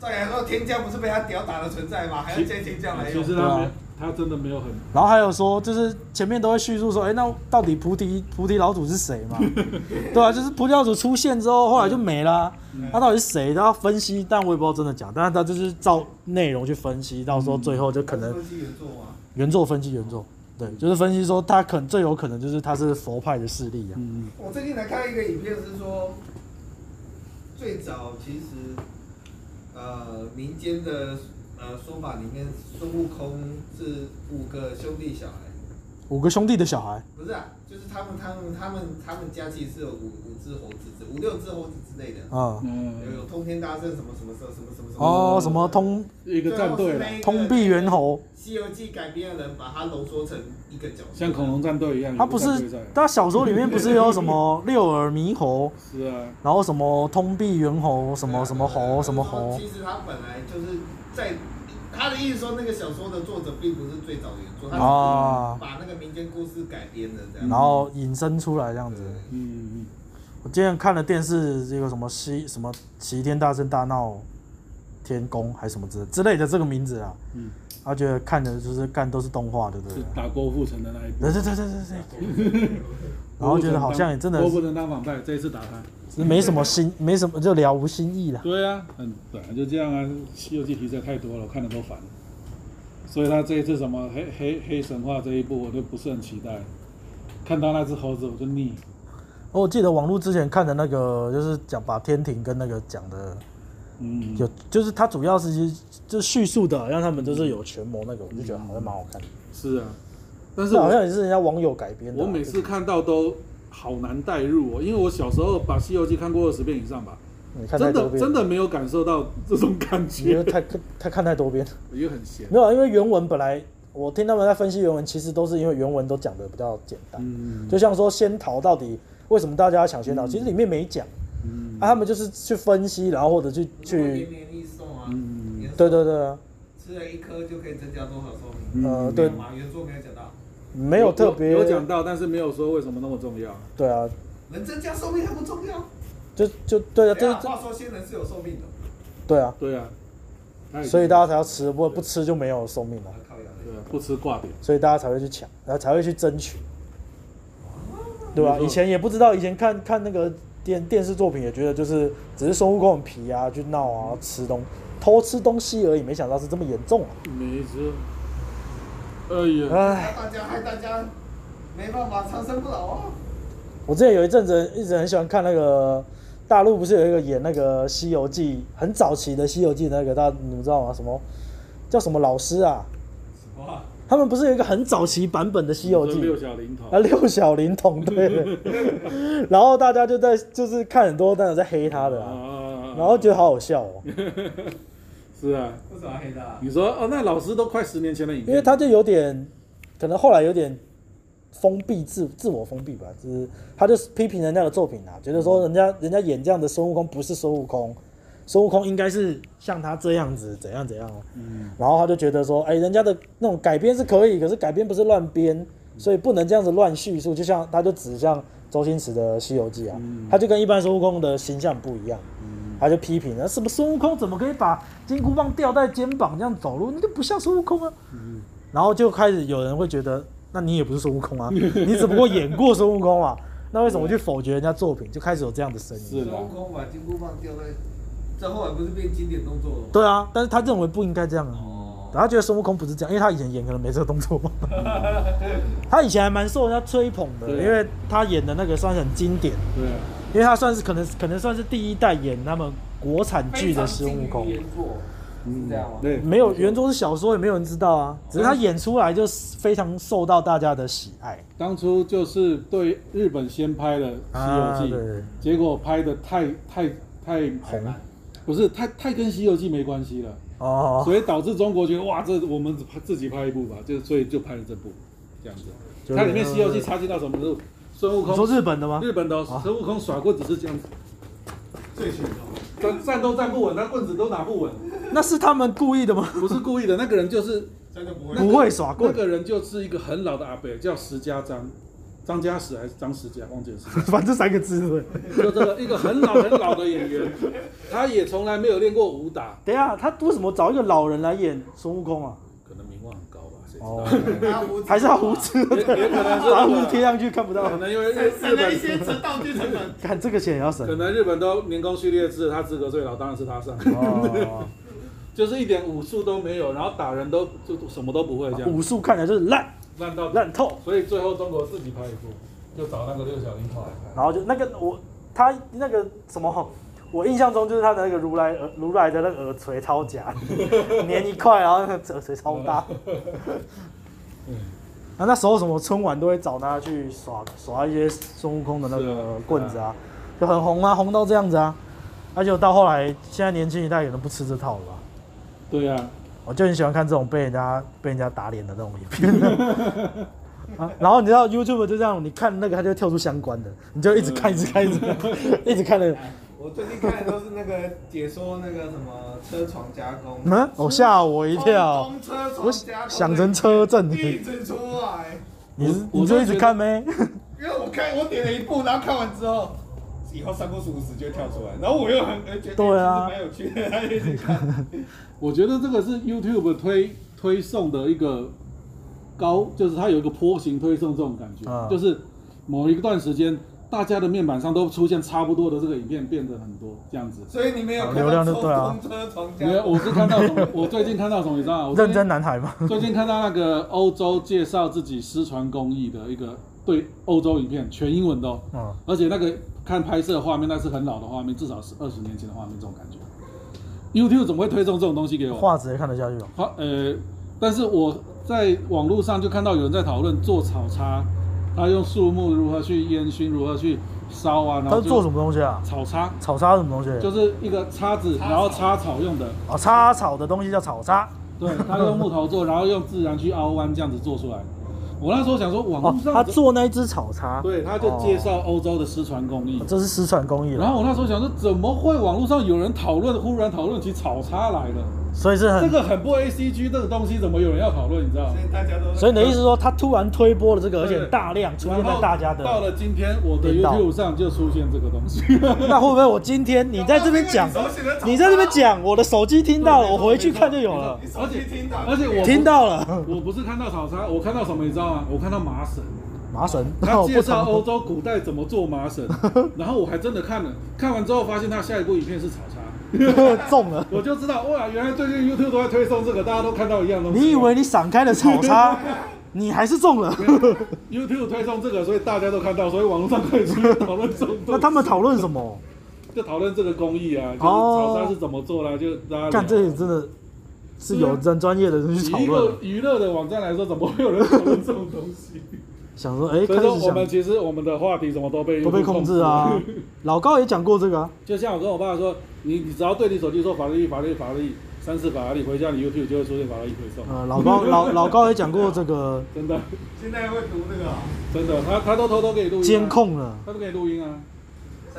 Speaker 2: 照理来说天降不是被他屌打的存在吗？还要借天降来
Speaker 3: 其
Speaker 2: 用？
Speaker 3: 实他没，他真的没有很，
Speaker 4: 然后还有说，就是前面都会叙述说，哎，那到底菩提菩提老祖是谁 嘛？对啊，就是菩提老祖出现之后，后来就没了啊、他到底是谁？都要分析，但我也不知道真的假，但是他就是照内容去分析，到时候最后就可能
Speaker 2: 分析原作吗？
Speaker 4: 原作分析原作，对，就是分析说他可能最有可能就是他是佛派的势力啊。
Speaker 3: 嗯，
Speaker 2: 我最近才看到一个影片，是说呃最早其实呃民间的呃说法里面，孙悟空是五个兄弟小孩，
Speaker 4: 五个兄弟的小孩，
Speaker 2: 不是啊，就是他们他们他们他们家其实是有五五只猴子之五六只猴子之类的，
Speaker 4: 啊、
Speaker 2: 有
Speaker 3: 嗯，
Speaker 2: 有通天大圣什么什么什么什么什么什么
Speaker 4: 哦，什么通
Speaker 3: 一个战队
Speaker 2: 最后啊是
Speaker 3: 了
Speaker 2: 那，一个
Speaker 4: 通臂猿猴，
Speaker 2: 《西游记》改编的人把它浓缩成一个角色，
Speaker 3: 像恐龙战队一样，
Speaker 4: 他不
Speaker 3: 有个战
Speaker 4: 是
Speaker 3: 队
Speaker 4: 他小说里面不是有什么六耳猕猴，
Speaker 3: 在是啊，
Speaker 4: 然后什么通臂猿猴，什
Speaker 2: 对啊
Speaker 4: 么什么
Speaker 2: 对啊
Speaker 4: 猴，什么
Speaker 2: 就是说
Speaker 4: 猴。
Speaker 2: 其实他本来就是在他的意思说，那个小说的作者并不是最早的原作，他是
Speaker 4: 啊，
Speaker 2: 把那个民间故事改编的这样。
Speaker 4: 然后引申出来这样子。
Speaker 2: 对
Speaker 3: 嗯，
Speaker 4: 我今天看了电视，这个什么西什么齐天大圣大闹天宫还是什么之之类的这个名字啊，
Speaker 3: 嗯
Speaker 4: 嗯，他觉得看的就是干都是动画的，对不
Speaker 3: 是
Speaker 4: 对？
Speaker 3: 打郭富城的那一部
Speaker 4: 对，对对对对对，然后觉得好像也真的
Speaker 3: 郭富城当反派，这一次打他，
Speaker 4: 是没什么新，没什么就了无新意啦。
Speaker 3: 对啊，嗯，本来就这样啊，《西游记》题材太多了，我看的都烦。所以他这一次什么黑黑黑神话这一部，我就不是很期待。看到那只猴子我就腻，
Speaker 4: 我记得网络之前看的那个，就是讲把天庭跟那个讲的
Speaker 3: 嗯，
Speaker 4: 有，就是它主要是其实就是叙述的，让他们就是有权谋那个，我就觉得好像蛮好看的。
Speaker 3: 是啊，但是
Speaker 4: 这
Speaker 3: 我
Speaker 4: 好像也是人家网友改编的啊。
Speaker 3: 我每次看到都好难代入哦，因为我小时候把《西游记》看过二十遍以上吧，
Speaker 4: 你看太
Speaker 3: 真
Speaker 4: 多
Speaker 3: 的
Speaker 4: 遍，
Speaker 3: 真的没有感受到这种感
Speaker 4: 因为
Speaker 3: 觉，
Speaker 4: 太看太看太多遍，
Speaker 3: 也很闲。
Speaker 4: 没有啊，因为原文本来我听他们在分析原文，其实都是因为原文都讲的比较简单，
Speaker 3: 嗯
Speaker 4: 就像说仙桃到底为什么大家要抢仙桃，其实里面没讲，
Speaker 3: 嗯
Speaker 4: 啊，他们就是去分析，然后或者去去，
Speaker 2: 年年益寿啊，
Speaker 3: 嗯，
Speaker 2: 年寿
Speaker 4: 对对对啊，
Speaker 2: 吃了一颗就可以增加多少寿命？
Speaker 3: 嗯
Speaker 4: 呃，
Speaker 2: 没
Speaker 4: 对
Speaker 2: 有，吗？原作没有讲到，
Speaker 4: 没有特别
Speaker 3: 有有讲到，但是没有说为什么那么重要。
Speaker 4: 对啊，
Speaker 2: 能增加寿命还不重要？
Speaker 4: 就就对啊，
Speaker 2: 对
Speaker 4: 这
Speaker 2: 啊，
Speaker 4: 这
Speaker 2: 话说仙人是有寿命的，
Speaker 4: 对啊，
Speaker 3: 对啊，他已经
Speaker 4: 所以大家才要吃，不不吃就没有寿命了
Speaker 2: 啊，靠呀！
Speaker 3: 对啊不吃挂点，
Speaker 4: 所以大家才会去抢，然后才会去争取，对吧、
Speaker 3: 没错
Speaker 4: 以前也不知道，以前看看那个电电视作品也觉得就是只是孙悟空很皮啊，去闹啊，吃东偷吃东西而已，没想到是这么严重啊！
Speaker 3: 没辙。哎呀，
Speaker 4: 唉，
Speaker 2: 大家害大家没办法长生不老啊！
Speaker 4: 我之前有一阵子一直很喜欢看那个大陆不是有一个演那个《西游记》很早期的《西游记》那个，大家你们知道吗？什么叫什么老师啊？
Speaker 2: 什么啊？
Speaker 4: 他们不是有一个很早期版本的《西游记》
Speaker 3: 六小龄童
Speaker 4: 啊，，六小龄童对，然后大家就在就是看很多，但有在黑他的、啊，
Speaker 3: 啊
Speaker 4: 然后觉得好好笑哦，
Speaker 3: 是啊，
Speaker 2: 为什么黑的、啊？
Speaker 3: 你说哦，那老师都快十年前的影片，
Speaker 4: 因为他就有点，可能后来有点封闭自自我封闭吧，就是他就批评人家的作品啊，觉得
Speaker 3: 嗯
Speaker 4: 说人家人家演这样的孙悟空不是孙悟空，孙悟空应该是像他这样子怎样怎样哦，
Speaker 3: 嗯，
Speaker 4: 然后他就觉得说，哎，人家的那种改编是可以，可是改编不是乱
Speaker 3: 嗯
Speaker 4: 编，所以不能这样子乱叙述。就像他就指向周星驰的《西游记》啊，
Speaker 3: 嗯
Speaker 4: 他就跟一般孙悟空的形象不一样，
Speaker 3: 嗯
Speaker 4: 他就批评了什么孙悟空怎么可以把金箍棒吊在肩膀这样走路，那就不像孙悟空啊。
Speaker 3: 嗯
Speaker 4: 然后就开始有人会觉得，那你也不是孙悟 空啊，你只不过演过孙悟空啊，那为什么去否决人家作品？就开始有这样的声音。
Speaker 3: 是
Speaker 2: 孙
Speaker 3: 啦
Speaker 2: 悟，空把金箍棒掉在，这后来不是变经典动作了吗？
Speaker 4: 对啊，但是他认为不应该这样啊。
Speaker 2: 哦，
Speaker 4: 然后他觉得孙悟空不是这样，因为他以前演可能没这个动作。 他以前还蛮受人家吹捧的，
Speaker 3: 对啊
Speaker 4: 因为他演的那个算是很经典，
Speaker 3: 对啊，
Speaker 4: 因为他算是可能可能算是第一代演他们国产剧的孙悟空
Speaker 2: 非。常精于原作是这样吗？
Speaker 3: 嗯对，
Speaker 4: 没有原著是小说，也没有人知道啊，只是他演出来就是非常受到大家的喜爱。
Speaker 3: 当初就是对日本先拍了
Speaker 4: 啊
Speaker 3: 《西游记》
Speaker 4: 对
Speaker 3: 结果拍的太太太
Speaker 4: 红，
Speaker 3: 不是太太跟《西游记》没关系了，
Speaker 4: 哦，
Speaker 3: 所以导致中国觉得哇，这我们拍自己拍一部吧，就所以就拍了这部，这样子。
Speaker 4: 就
Speaker 3: 它里面
Speaker 4: 是
Speaker 3: 《西游记》插进到什么程度？孙悟
Speaker 4: 你说
Speaker 3: 空，
Speaker 4: 日本的吗？
Speaker 3: 日本的哦
Speaker 4: 啊
Speaker 3: 孙悟空耍棍子是这样子，
Speaker 2: 最选的。
Speaker 3: 站站都站不稳，那棍子都拿 不稳，
Speaker 4: 那是他们故意的吗？
Speaker 3: 不是故意的。那个人就是
Speaker 2: 真的不
Speaker 3: 那个
Speaker 4: 不会耍棍
Speaker 3: 那个人就是一个很老的阿伯，叫石家章，张家石还是张石家，忘记了是谁。
Speaker 4: 反正三个字对不对。
Speaker 3: 就这个一个很老很老的演员，他也从来没有练过武打，
Speaker 4: 等一下，他为什么找一个老人来演孙悟空啊？
Speaker 3: 可能名望很高吧，谁知
Speaker 4: 哦
Speaker 3: 道？
Speaker 2: 拿胡子
Speaker 4: 还是他胡子？
Speaker 3: 也也可能是
Speaker 4: 把胡子贴上去看不到
Speaker 3: 可。能因为日
Speaker 2: 省
Speaker 3: 日
Speaker 2: 了一
Speaker 3: 本
Speaker 2: 些成道具成本。
Speaker 4: 看这个钱也要省
Speaker 3: 可。能日本都年功序列制，他资格最老，当然是他上，
Speaker 4: 哦，
Speaker 3: 就是一点武术都没有，然后打人都就就什么都不会这样，
Speaker 4: 武术看起来就是烂
Speaker 3: 烂到
Speaker 4: 烂透，
Speaker 3: 所以最后中国自己拍一部，就找那个六小龄童来拍。
Speaker 4: 然后就那个我他那个什么，我印象中就是他的那个如来耳如来的那个耳垂超假，粘一块，然后那个耳垂超大。啊，那时候什么春晚都会找他去耍耍一些孙悟空的那
Speaker 3: 是
Speaker 4: 个
Speaker 3: 啊
Speaker 4: 棍子啊，就很红啊，红到这样子啊。而且到后来，现在年轻一代可能不吃这套了吧。
Speaker 3: 对啊，
Speaker 4: 我就很喜欢看这种被人家被人家打脸的那种影片。 啊、然后你知道 YouTube 就这样，你看那个它就会跳出相关的，你就一直看，一直看，一直看，一直看 那个。
Speaker 2: 我最近看的都是那个解说那个什么车床加工，
Speaker 4: 嗯，哦，吓我一跳，
Speaker 2: 工车
Speaker 4: 我
Speaker 2: 床加工，
Speaker 4: 想成车震。
Speaker 2: 一
Speaker 4: 你
Speaker 2: 直出来，
Speaker 4: 你是
Speaker 3: 我
Speaker 4: 你就一直看呗。
Speaker 2: 因为我看我点了一部，然后看完之后，以后三国十五十就会跳出来，然后我又很呃觉得哎
Speaker 4: 对啊
Speaker 2: 其实蛮有趣的，然后一直看。
Speaker 3: 我觉得这个是 YouTube 推推送的一个高，就是它有一个坡形推送这种感觉，
Speaker 4: 啊
Speaker 3: 就是某一段时间，大家的面板上都出现差不多的这个影片，变得很多这 样子。
Speaker 2: 所以你没有看到
Speaker 4: 流量就对啊
Speaker 2: 工车床加
Speaker 3: 因为
Speaker 2: 工，
Speaker 3: 我是看到什么，我最近看到什么，你知道吗？我最
Speaker 4: 认
Speaker 3: 近
Speaker 4: 真男孩嘛，
Speaker 3: 最近看到那个欧洲介绍自己失传工艺的一个对欧洲影片，全英文的、哦，
Speaker 4: 嗯，
Speaker 3: 而且那个看拍摄画面，那是很老的画面，至少是二十年前的画面，这种感觉。YouTube 怎么会推送这种东西给我？
Speaker 4: 画质也看得下去哦。
Speaker 3: 好，呃，但是我在网络上就看到有人在讨论做草叉，他用树木如何去烟熏，如何去烧啊，然
Speaker 4: 他
Speaker 3: 后
Speaker 4: 是做什
Speaker 3: 么？
Speaker 4: 么东西啊？
Speaker 3: 草叉
Speaker 4: 草叉是什么东西？
Speaker 3: 就是一个叉子，然后插草用的。
Speaker 4: 哦，插草的东西叫草叉。
Speaker 3: 对，他用木头做，然后用自然去凹弯这样子做出来。我那时候想说，网
Speaker 4: 哦
Speaker 3: 络，上、
Speaker 4: 他做哦那一只草叉，哦
Speaker 3: 对，他就介绍欧洲的失传工艺。
Speaker 4: 这是失传工艺
Speaker 3: 然
Speaker 4: 了，
Speaker 3: 后我那时候想说，怎么会网络上有人讨论，忽然讨论起草叉来了？
Speaker 4: 所以是
Speaker 3: 这
Speaker 4: 很。
Speaker 3: 个很不 A C G 这个东西，怎么有人要讨论？你知道吗
Speaker 2: 所？以大家都
Speaker 4: 所以你的意思是说，他突然推波了这个，而
Speaker 3: 对
Speaker 4: 且大量出现
Speaker 3: 然
Speaker 4: 在
Speaker 3: 后
Speaker 4: 大家的
Speaker 3: 到了今天，我的
Speaker 4: 频道
Speaker 3: YouTube 上就出现这个东西。
Speaker 4: 那会不会我今天你在这边讲，你在这边，讲，我的手机听到了，我回去看就有了
Speaker 2: 你，手机听到，
Speaker 3: 而且我不
Speaker 4: 听，到了，
Speaker 3: 啊 我不是看到草叉，我看到什么你知道吗？我看到麻绳，
Speaker 4: 麻绳，然
Speaker 3: 他
Speaker 4: 后
Speaker 3: 介
Speaker 4: 哦不
Speaker 3: 绍
Speaker 4: 常
Speaker 3: 欧洲古代怎么做 麻绳，然后我还真的看了，看完之后发现他下一部影片是炒茶，
Speaker 4: 中了。
Speaker 3: 我就知道哇，原来最近 YouTube 都在推送这个，大家都看到一样东西。
Speaker 4: 你以为你闪开了草叉，你还是中了？
Speaker 3: YouTube 推送这个，所以大家都看到，所以网络上可以去讨论这种东 西。
Speaker 4: 那他们讨论什么？
Speaker 3: 就讨论这个工艺啊，就是
Speaker 4: 哦
Speaker 3: 炒沙是怎么做啦、就大家
Speaker 4: 看这里真的是有人专业的人去讨
Speaker 3: 以一
Speaker 4: 论
Speaker 3: 个
Speaker 4: 了，
Speaker 3: 娱乐的网站来说，怎么会有人讨论这种东西？
Speaker 4: 想说哎，
Speaker 3: 所
Speaker 4: 开
Speaker 3: 以说
Speaker 4: 始
Speaker 3: 我们
Speaker 4: 想
Speaker 3: 其实我们的话题怎么都被
Speaker 4: 都被
Speaker 3: YouTube
Speaker 4: 控制啊。老高也讲过这个啊，
Speaker 3: 就像我跟我爸说，你你只要对你手机说法拉利法拉利法拉利三次法拉利，回家你 YouTube 就会出现法拉利推送，
Speaker 4: 呃，老 高老老高也讲过这个
Speaker 3: 真的
Speaker 2: 现在会读那个啊
Speaker 3: 真的，他他都偷偷给你录音、啊
Speaker 4: 监，控了。
Speaker 3: 他都给你录音啊。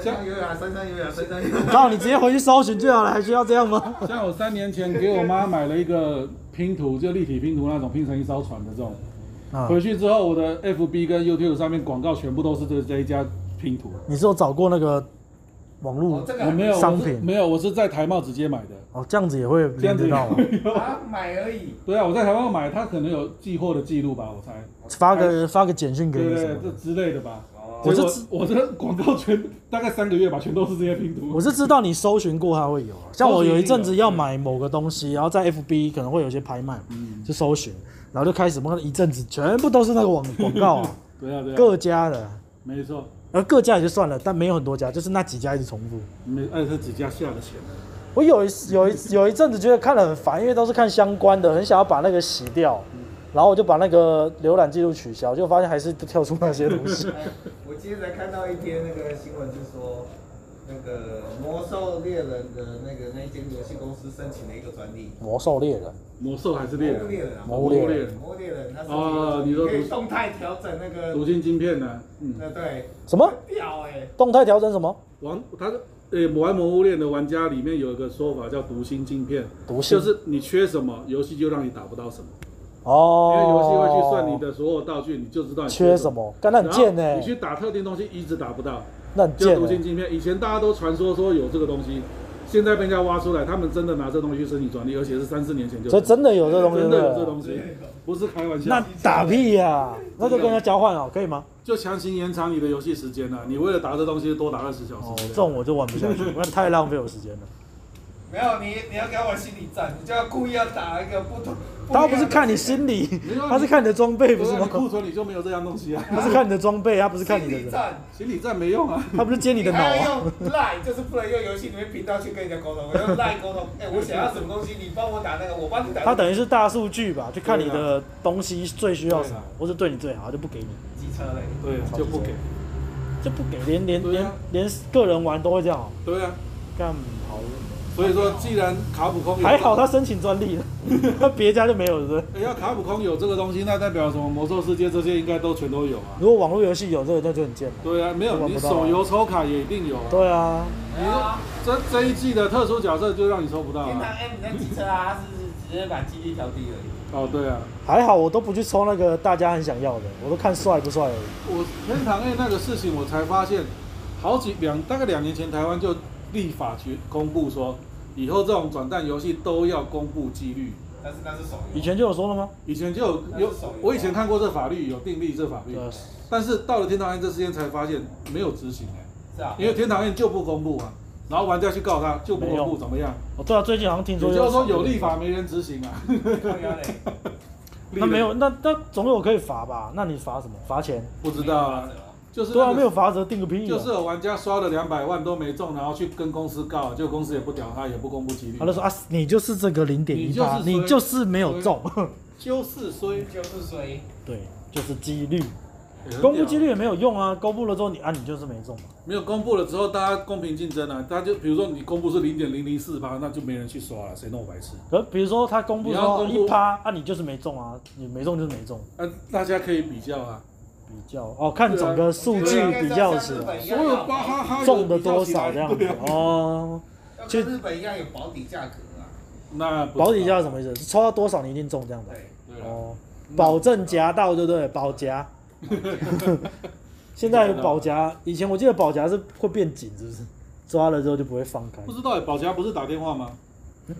Speaker 2: 山上优雅，山上优雅，山上优雅。
Speaker 4: 然后你直接回去搜寻就好了，还需要这样 吗？
Speaker 3: 像我三年前给我妈买了一个拼图，就立体拼图那种拼成一艘船的这种，
Speaker 4: 啊，
Speaker 3: 回去之后我的 FB 跟 YouTube 上面广告全部都是这这一家拼图。
Speaker 4: 你是有找过那个网
Speaker 2: 哦
Speaker 4: 络
Speaker 2: 这个
Speaker 3: 我没有，
Speaker 4: 嗯商
Speaker 3: 我是
Speaker 4: 品
Speaker 3: 没有，我是在台贸直接买的。
Speaker 4: 哦，这样子也会
Speaker 3: 这
Speaker 4: 连
Speaker 3: 样子
Speaker 4: 得到吗？
Speaker 2: 啊，买而已。
Speaker 3: 对啊，我在台贸买，他可能有寄货的记录吧，我猜，
Speaker 4: 发个发个简讯给
Speaker 3: 对
Speaker 4: 你
Speaker 3: 对
Speaker 4: 什
Speaker 3: 对，
Speaker 4: 么
Speaker 3: 这
Speaker 4: 的。
Speaker 3: 之类的吧。
Speaker 2: 哦
Speaker 4: 我
Speaker 3: 结
Speaker 4: 是
Speaker 3: 果
Speaker 4: 知
Speaker 3: 我这广告全大概三个月吧，全都是这些拼图。
Speaker 4: 我是知道你搜寻过它会有啊，像我有一阵子要买某个东西，然后在 FB 可能会有一些拍卖，
Speaker 3: 嗯，
Speaker 4: 就搜寻，然后就开始妈的一阵子全部都是那个广广告啊，
Speaker 3: 对啊对啊，
Speaker 4: 各家的，
Speaker 3: 没错，
Speaker 4: 而各家也就算了，但没有很多家，就是那几家一直重复。
Speaker 3: 没按这几家下的钱。
Speaker 4: 我有一次有一有一阵子觉得看得很烦，因为都是看相关的，很想要把那个洗掉，
Speaker 3: 嗯
Speaker 4: 然后我就把那个浏览记录取消，就发现还是跳出那些东西。
Speaker 2: 哎我今天才看到一篇那个新闻，就说那个《魔兽猎人》的那个那间游戏公司申请了一个专利，
Speaker 4: 魔兽猎人，
Speaker 3: 魔兽还是猎
Speaker 2: 猎
Speaker 3: 人？
Speaker 2: 人啊，
Speaker 4: 魔
Speaker 2: 魔
Speaker 4: 物猎人
Speaker 3: 人，
Speaker 2: 物猎人，它是
Speaker 3: 哦你说
Speaker 2: 可以动态调整那
Speaker 3: 毒
Speaker 2: 个，
Speaker 3: 性晶片呢？嗯，
Speaker 2: 呃，对，
Speaker 4: 什么
Speaker 2: 很屌哎，
Speaker 4: 动态调整什么
Speaker 3: 玩他诶、玩魔物猎的玩家里面有一个说法叫毒心晶片，
Speaker 4: 毒性
Speaker 3: 就是你缺什么，游戏就让你打不到什么，
Speaker 4: 哦
Speaker 3: 因，为游戏会去算你的所有道具，你就知道你
Speaker 4: 缺
Speaker 3: 什
Speaker 4: 什。么，干那很贱欸呢、
Speaker 3: 然后你去打特定东西一直打不到，
Speaker 4: 那很
Speaker 3: 叫
Speaker 4: 贱、
Speaker 3: 毒性
Speaker 4: 欸。
Speaker 3: 晶片。以前大家都传说说有这个东西，现在被人家挖出来，他们真的拿这东西去申请专利，而且是三四年前就
Speaker 4: 所以真的有这东西，
Speaker 3: 真的有这
Speaker 4: 西。
Speaker 3: 东西，啊不是开玩笑。
Speaker 4: 那打屁呀、那就跟人家交换哦，可以吗？
Speaker 3: 就强行延长你的游戏时间啊了。你为了打这东西多打二十小时
Speaker 4: 哦，
Speaker 3: 之类
Speaker 4: 这
Speaker 3: 的。
Speaker 4: 种我就玩不下去，那太浪费我时间了。
Speaker 2: 没有你，你要给我心理战，你就要故意要打一个不同。
Speaker 4: 他不是看你
Speaker 2: 心
Speaker 4: 心理
Speaker 3: 没有，啊
Speaker 4: 他是看你的装备，不
Speaker 3: 不
Speaker 4: 是
Speaker 3: 是
Speaker 4: 吗
Speaker 3: 啊你？库存里就没有这样东西啊，
Speaker 4: 他是看你的装备，他不是看你的
Speaker 2: 理
Speaker 4: 人，
Speaker 2: 战，
Speaker 3: 心理战没用啊。
Speaker 4: 他不是接你的脑
Speaker 2: 还要
Speaker 4: 啊。
Speaker 2: 用 Line，就是不能用游戏里面频道去跟人家沟通，我用 Line 沟通。哎、我想要什么东西，你帮我打那个，我帮你打。
Speaker 4: 它等于是大数据吧，就看你
Speaker 3: 啊
Speaker 4: 的东西最需要什么，或是对你最好，它就不给你，
Speaker 2: 机车嘞。
Speaker 3: 对啊，就不给。
Speaker 4: 就不给，连连
Speaker 3: 对
Speaker 4: 连
Speaker 3: 啊
Speaker 4: 连个人玩都会这样哦，
Speaker 3: 对啊，
Speaker 4: 干好，
Speaker 3: 所以说既然卡普空有
Speaker 4: 还好他申请专利了， 那别家就没有了。是不是
Speaker 3: 哎要卡普空有这个东西，那代表什么？魔兽世界这些应该都全都有啊。
Speaker 4: 如果网络游戏有这个，那就很贱了。
Speaker 3: 对啊，没有
Speaker 4: 玩
Speaker 3: 你
Speaker 4: 不到啊
Speaker 3: 手游抽卡也一定有啊。
Speaker 4: 对啊，
Speaker 3: 你说这这一季的特殊角色就让你抽不到
Speaker 2: 天堂
Speaker 3: 啊？
Speaker 2: M 那机车啊，它是直接把几率调低而已。
Speaker 3: 哦，对啊，
Speaker 4: 还好我都不去抽那个大家很想要的，我都看帅不帅而已。
Speaker 3: 我天堂 A 那个事情我才发现，好几两大概两年前台湾就立法局公布说，以后这种转蛋游戏都要公布几率。
Speaker 2: 但是那是手游。
Speaker 4: 以前就有说了吗？
Speaker 3: 以前就有有
Speaker 2: 那是手游啊，
Speaker 3: 我以前看过这法律有订立这法律，
Speaker 4: 呃，
Speaker 3: 但是到了天堂 A 这事件才发现没有执行哎、
Speaker 2: 是啊。
Speaker 3: 因为天堂 A 就不公布啊，然后玩家去告他就不
Speaker 4: 没
Speaker 3: 公
Speaker 4: 用
Speaker 3: 布怎么样？
Speaker 4: 哦对啊，最近好像听
Speaker 3: 也
Speaker 4: 说
Speaker 3: 就是说有立法，没人执行啊，
Speaker 4: 那没有，那那总有可以罚吧？那你罚什么？罚钱？
Speaker 3: 不知道啊，就是
Speaker 4: 对
Speaker 3: 那
Speaker 4: 啊，
Speaker 3: 个
Speaker 4: 没有罚则定个屁啊！
Speaker 3: 就是有玩家刷了两百万都没中，然后去跟公司告，就公司也不屌他，也不公布几率
Speaker 4: 他。就说啊，你就是这个零点一
Speaker 3: 你就是
Speaker 4: 八，
Speaker 3: 衰
Speaker 4: 你就是没有中。
Speaker 3: 就是衰，
Speaker 2: 就是谁？
Speaker 4: 对，就是几率，公布几率也没有用啊，公布了之后你啊你就是没中嘛。
Speaker 3: 没有公布了之后，大家公平竞争啊。他就比如说你公布是零点零零四八，那就没人去刷了，谁弄白痴？
Speaker 4: 可比如说他公布
Speaker 3: 你要
Speaker 4: 说
Speaker 3: 公布
Speaker 4: 一趴啊，你就是没中啊，你没中就是没中，
Speaker 3: 那、啊大家可以比较啊，
Speaker 4: 比较哦看整个数据比较起
Speaker 2: 哎
Speaker 4: 来，
Speaker 3: 所有巴哈哈
Speaker 4: 中的多少这样子
Speaker 3: 对啊
Speaker 4: 哦。
Speaker 2: 要跟日本一样有保底价格啊。
Speaker 3: 那不知道
Speaker 4: 保底价是什么意思？抽到多少你一定中这样子
Speaker 2: 对。
Speaker 3: 对啊
Speaker 4: 哦，保证夹到对不对？保 夹。现在有保夹，以前我记得保夹是会变紧，是不是？抓了之后就不会放开
Speaker 3: 不，知道欸保夹不是打电话吗？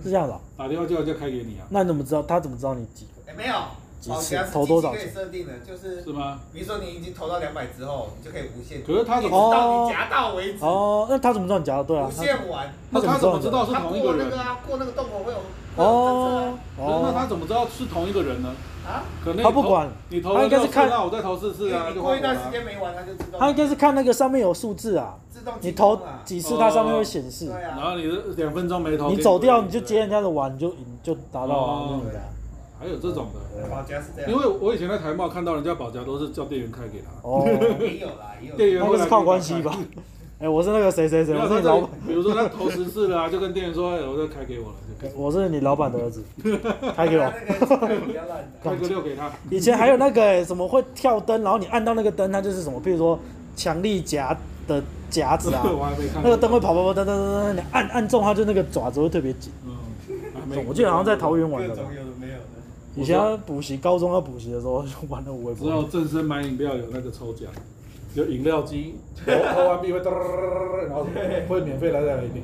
Speaker 4: 是这样的哦、
Speaker 3: 打电话叫人家开给你啊。
Speaker 4: 那你怎么知道？他怎么知道你几个？
Speaker 2: 哎、没有，
Speaker 4: 几
Speaker 2: 哦，
Speaker 4: 次
Speaker 2: 给它，是
Speaker 4: 投多少
Speaker 2: 机器可
Speaker 4: 钱
Speaker 2: 以？设定的，就是
Speaker 3: 是吗？
Speaker 2: 比如说你已经投到两百之后，你就可以无限，
Speaker 3: 可是他怎
Speaker 2: 一直
Speaker 3: 么
Speaker 2: 到你夹到为止，
Speaker 4: 哦，那他怎么知道你夹的？对啊
Speaker 2: 无，限玩。
Speaker 4: 他
Speaker 3: 那他怎么知
Speaker 4: 知
Speaker 3: 道
Speaker 4: 道
Speaker 3: 是
Speaker 2: 他
Speaker 3: 同一
Speaker 2: 过
Speaker 3: 个
Speaker 2: 那
Speaker 3: 人？
Speaker 2: 个啊，过那个洞口会有
Speaker 4: 他哦
Speaker 3: 可是那他
Speaker 4: 哦，
Speaker 3: 怎么知道是同一个人呢？
Speaker 2: 啊，
Speaker 3: 可能你
Speaker 4: 他不
Speaker 3: 投，
Speaker 4: 管，
Speaker 3: 你投
Speaker 4: 他
Speaker 3: 了
Speaker 4: 应该
Speaker 3: 六
Speaker 4: 是
Speaker 3: 次，
Speaker 4: 看
Speaker 3: 那我再投四次啊，
Speaker 2: 你
Speaker 3: 就
Speaker 2: 过
Speaker 3: 换
Speaker 2: 一
Speaker 3: 我了
Speaker 2: 段
Speaker 3: 啊
Speaker 2: 时间没玩，他就自动
Speaker 4: 他应该是看那个上面有数字啊，
Speaker 2: 自动
Speaker 4: 你
Speaker 2: 进
Speaker 4: 投
Speaker 2: 攻啊
Speaker 4: 几次，它上面会显示。
Speaker 2: 对
Speaker 3: 然
Speaker 2: 啊，
Speaker 3: 后你是两分钟没投，
Speaker 4: 你走掉，你就接。人家的碗，你就你就达到啊，
Speaker 3: 哦
Speaker 4: 就你的啊。
Speaker 3: 还有这种的，
Speaker 2: 保夹是
Speaker 4: 啊
Speaker 2: 这
Speaker 3: 因
Speaker 2: 样，
Speaker 3: 为我以前在台贸看到人家保夹都是叫店员开给他，
Speaker 4: 哦，
Speaker 2: 也有啦，也有
Speaker 3: 店员
Speaker 4: 那
Speaker 3: 会
Speaker 4: 个
Speaker 3: 来
Speaker 4: 是
Speaker 3: 给我
Speaker 4: 靠关系吧
Speaker 3: 开？
Speaker 4: 哎，我是那个谁谁谁，
Speaker 3: 没
Speaker 4: 我
Speaker 3: 有
Speaker 4: 是你老
Speaker 3: 他这
Speaker 4: 板，
Speaker 3: 比如说他投十次了啊，就跟店员说，哎，我再开给我了，就开
Speaker 4: 我是你老板的儿子， 开给我。
Speaker 2: 那个比较烂的，
Speaker 3: 开个六给他。，
Speaker 4: 以前还有那个哎什么会跳灯，然后你按到那个灯，它就是什么，譬如说强力夹的夹子 啊
Speaker 3: 我还没看过。
Speaker 4: 那个灯会跑跑跑噔噔噔噔，你按按中它就那个爪子会特别紧。
Speaker 3: 嗯，还没
Speaker 4: 我记得好像在桃园玩
Speaker 2: 各
Speaker 4: 的吧
Speaker 2: 种。有的没有的，
Speaker 4: 以前要补习，高中要补习的时候就玩那五微
Speaker 3: 只有
Speaker 4: 博。
Speaker 3: 正身买饮料有那个 抽奖，有饮料机，喝喝完毕会噔，然后会免费来再来一 瓶。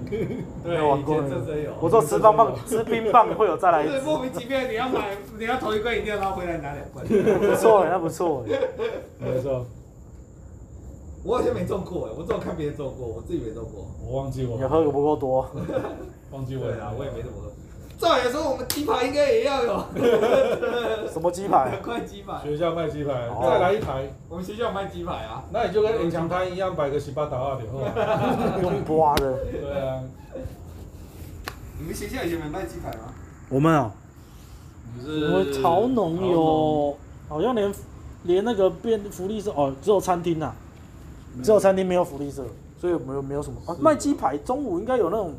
Speaker 5: 没有玩过
Speaker 2: 以前真的有
Speaker 5: 我说吃棒棒、吃冰棒会有再来一
Speaker 2: 就是
Speaker 5: 支，
Speaker 2: 莫名其妙，你要买，你要投一罐饮料，然后回来拿两罐。
Speaker 5: 不错哎，那不错哎。
Speaker 3: 没错，
Speaker 2: 我好像没中过哎，我只有看别人中过，我自己没中过。
Speaker 3: 我忘记
Speaker 5: 你
Speaker 3: 我
Speaker 5: 喝的不够多，
Speaker 3: 忘记我
Speaker 2: 对啊，我也没怎么喝。照理来说，我们鸡排应该也要 有
Speaker 5: 什么鸡排
Speaker 2: 两？块鸡排，
Speaker 3: 学校卖鸡排，
Speaker 5: 哦
Speaker 3: 再来一台，
Speaker 2: 我们学校卖鸡排啊。
Speaker 3: 那你就跟隐墙摊一样摆个十八啊打二点后。
Speaker 5: 用刮的。
Speaker 3: 对啊，
Speaker 2: 你们学校以前没卖鸡排吗？
Speaker 4: 我们啊，
Speaker 3: 你
Speaker 4: 我们潮农，有，好像连连那个变福利社哦，只有餐厅呐、只有餐厅没有福利社，所以没有没有什么、啊、
Speaker 3: 是
Speaker 4: 卖鸡排。中午应该有那种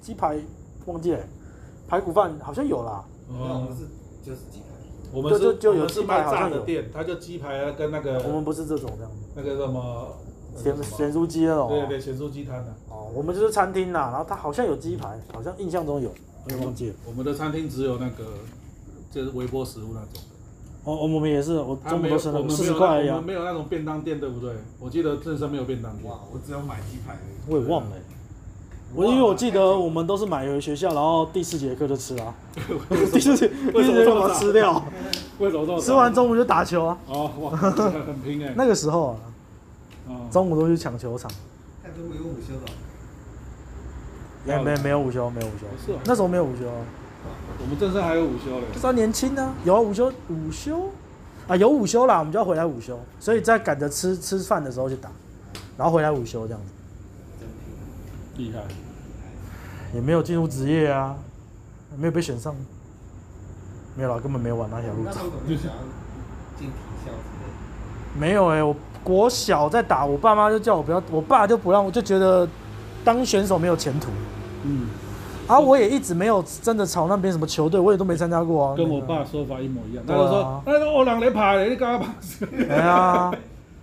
Speaker 4: 鸡排，忘记了，排骨饭好像有啦。
Speaker 2: 那我们
Speaker 3: 嗯
Speaker 2: 是就是鸡排。
Speaker 3: 我们
Speaker 4: 就是就有
Speaker 3: 我们是
Speaker 4: 鸡排
Speaker 3: 卖
Speaker 4: 好像
Speaker 3: 炸的
Speaker 4: 有
Speaker 3: 店，他就鸡排啊跟那
Speaker 5: 我
Speaker 3: 个
Speaker 5: 们不是这种这样，
Speaker 3: 那个什么，
Speaker 5: 咸咸酥鸡那
Speaker 4: 啊
Speaker 5: 种。
Speaker 3: 对对，咸酥鸡摊的。啊
Speaker 5: 哦，我们就是餐厅啦，然后它好像有鸡排，好像印象中有，我也忘记了。
Speaker 3: 我们的餐厅只有那个，就是微波食物那种，
Speaker 4: 哦，我们也是，我
Speaker 3: 它
Speaker 4: 中午
Speaker 3: 没有
Speaker 4: 都是那
Speaker 3: 我
Speaker 4: 种
Speaker 3: 们
Speaker 4: 四
Speaker 3: 没
Speaker 4: 十
Speaker 3: 有
Speaker 4: 块
Speaker 3: 那
Speaker 4: 而已、
Speaker 3: 我
Speaker 4: 啊
Speaker 3: 们，没有那种便当店，对不对？我记得正身没有便当店
Speaker 2: 哇，，我只有买鸡排而已。
Speaker 4: 我也忘了欸、我因为我记得我们都是买回学校，然后第四节课就吃 啊，第四节第
Speaker 3: 为
Speaker 4: 四
Speaker 3: 什么
Speaker 4: 节
Speaker 3: 这
Speaker 4: 课
Speaker 3: 么
Speaker 4: 把它
Speaker 3: 早
Speaker 4: 吃掉，
Speaker 3: 为什么这么早
Speaker 4: 吃完中午就打球啊。
Speaker 3: 哦，哇，很 拼哎，
Speaker 4: 那个时候、啊，
Speaker 3: 哦
Speaker 4: 中午都去抢球场，
Speaker 2: 看都没有午休了，
Speaker 4: 没没没有午休，没有午休，
Speaker 3: 哦是哦
Speaker 4: 那时候没有午休、啊。
Speaker 3: 我们正身还有午休嘞，
Speaker 4: 三年轻呢、有啊午休午休啊有午休啦，我们就要回来午休，所以在赶着吃吃饭的时候去打，然后回来午休这样子，
Speaker 2: 真拼。
Speaker 3: 厉害，
Speaker 4: 也没有进入职业啊，也没有被选上，没有啦，根本没有往那条路
Speaker 2: 那时
Speaker 4: 走，
Speaker 2: 候怎么想要进体校之类的？
Speaker 4: 没有哎、我国小在打，我爸妈就叫我不要，我爸就不让我，就觉得当选手没有前途，
Speaker 3: 嗯，
Speaker 4: 啊，我也一直没有真的朝那边什么球队，我也都没参加过啊，
Speaker 3: 跟我
Speaker 4: 那个
Speaker 3: 爸，说法一模一样，他
Speaker 4: 对
Speaker 3: 就
Speaker 4: 啊
Speaker 3: 说哎那个欧朗雷爬嘞，你干嘛爬？
Speaker 4: 哎呀，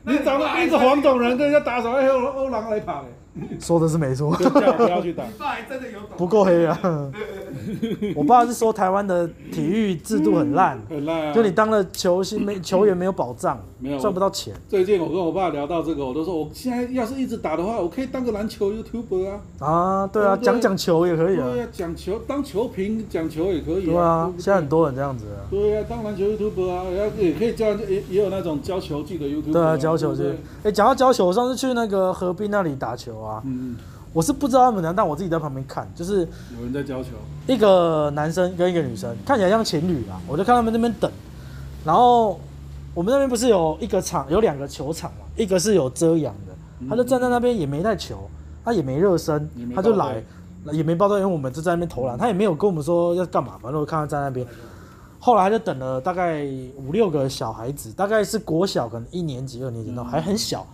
Speaker 3: 你长得一个黄种人跟人家打手，哎，欧欧朗雷爬嘞，
Speaker 4: 说的是没 错。
Speaker 3: 就叫我不要去 打
Speaker 2: 你，爸还真的有懂。
Speaker 4: 不够黑啊！我爸是说台湾的体育制度很烂，
Speaker 3: 很烂啊。
Speaker 4: 就你当了球星没球员没有保障，
Speaker 3: 没有
Speaker 4: 赚不到钱
Speaker 3: 最近我跟我爸聊到这个，我都说我现在要是一直打的话，我可以当个篮球 YouTuber 啊。
Speaker 4: 啊！对啊，
Speaker 3: 对
Speaker 4: 讲讲球也可以
Speaker 3: 对
Speaker 4: 啊，
Speaker 3: 啊，讲球当球评讲球也可以、
Speaker 4: 对啊，
Speaker 3: 不
Speaker 4: 现在很多人这样子啊，
Speaker 3: 对啊，当篮球 YouTube 啊，然后也可以教也也有那种教球技的 YouTube、
Speaker 4: 对啊，教球
Speaker 3: 对
Speaker 4: 是
Speaker 3: 不对。
Speaker 4: 哎，讲到教球，我上次去那个河滨那里打球啊，
Speaker 3: 嗯，
Speaker 4: 我是不知道他们怎样，但我自己在旁边看，就是
Speaker 3: 嗯，有人在教球，
Speaker 4: 一个男生跟一个女生，看起来像情侣啊，我就看他们那边等，然后我们那边不是有一个场，有两个球场嘛，一个是有遮阳的，他就站在那边也没带球，他也没热身
Speaker 3: 嗯也没，
Speaker 4: 他就
Speaker 3: 报
Speaker 4: 来，也没报道，因为我们就在那边投篮，他也没有跟我们说要干嘛，反正我看他站在那边。后来他就等了大概五六个小孩子，大概是国小，可能一年级、二年级
Speaker 3: 嗯
Speaker 4: 那种，还很小，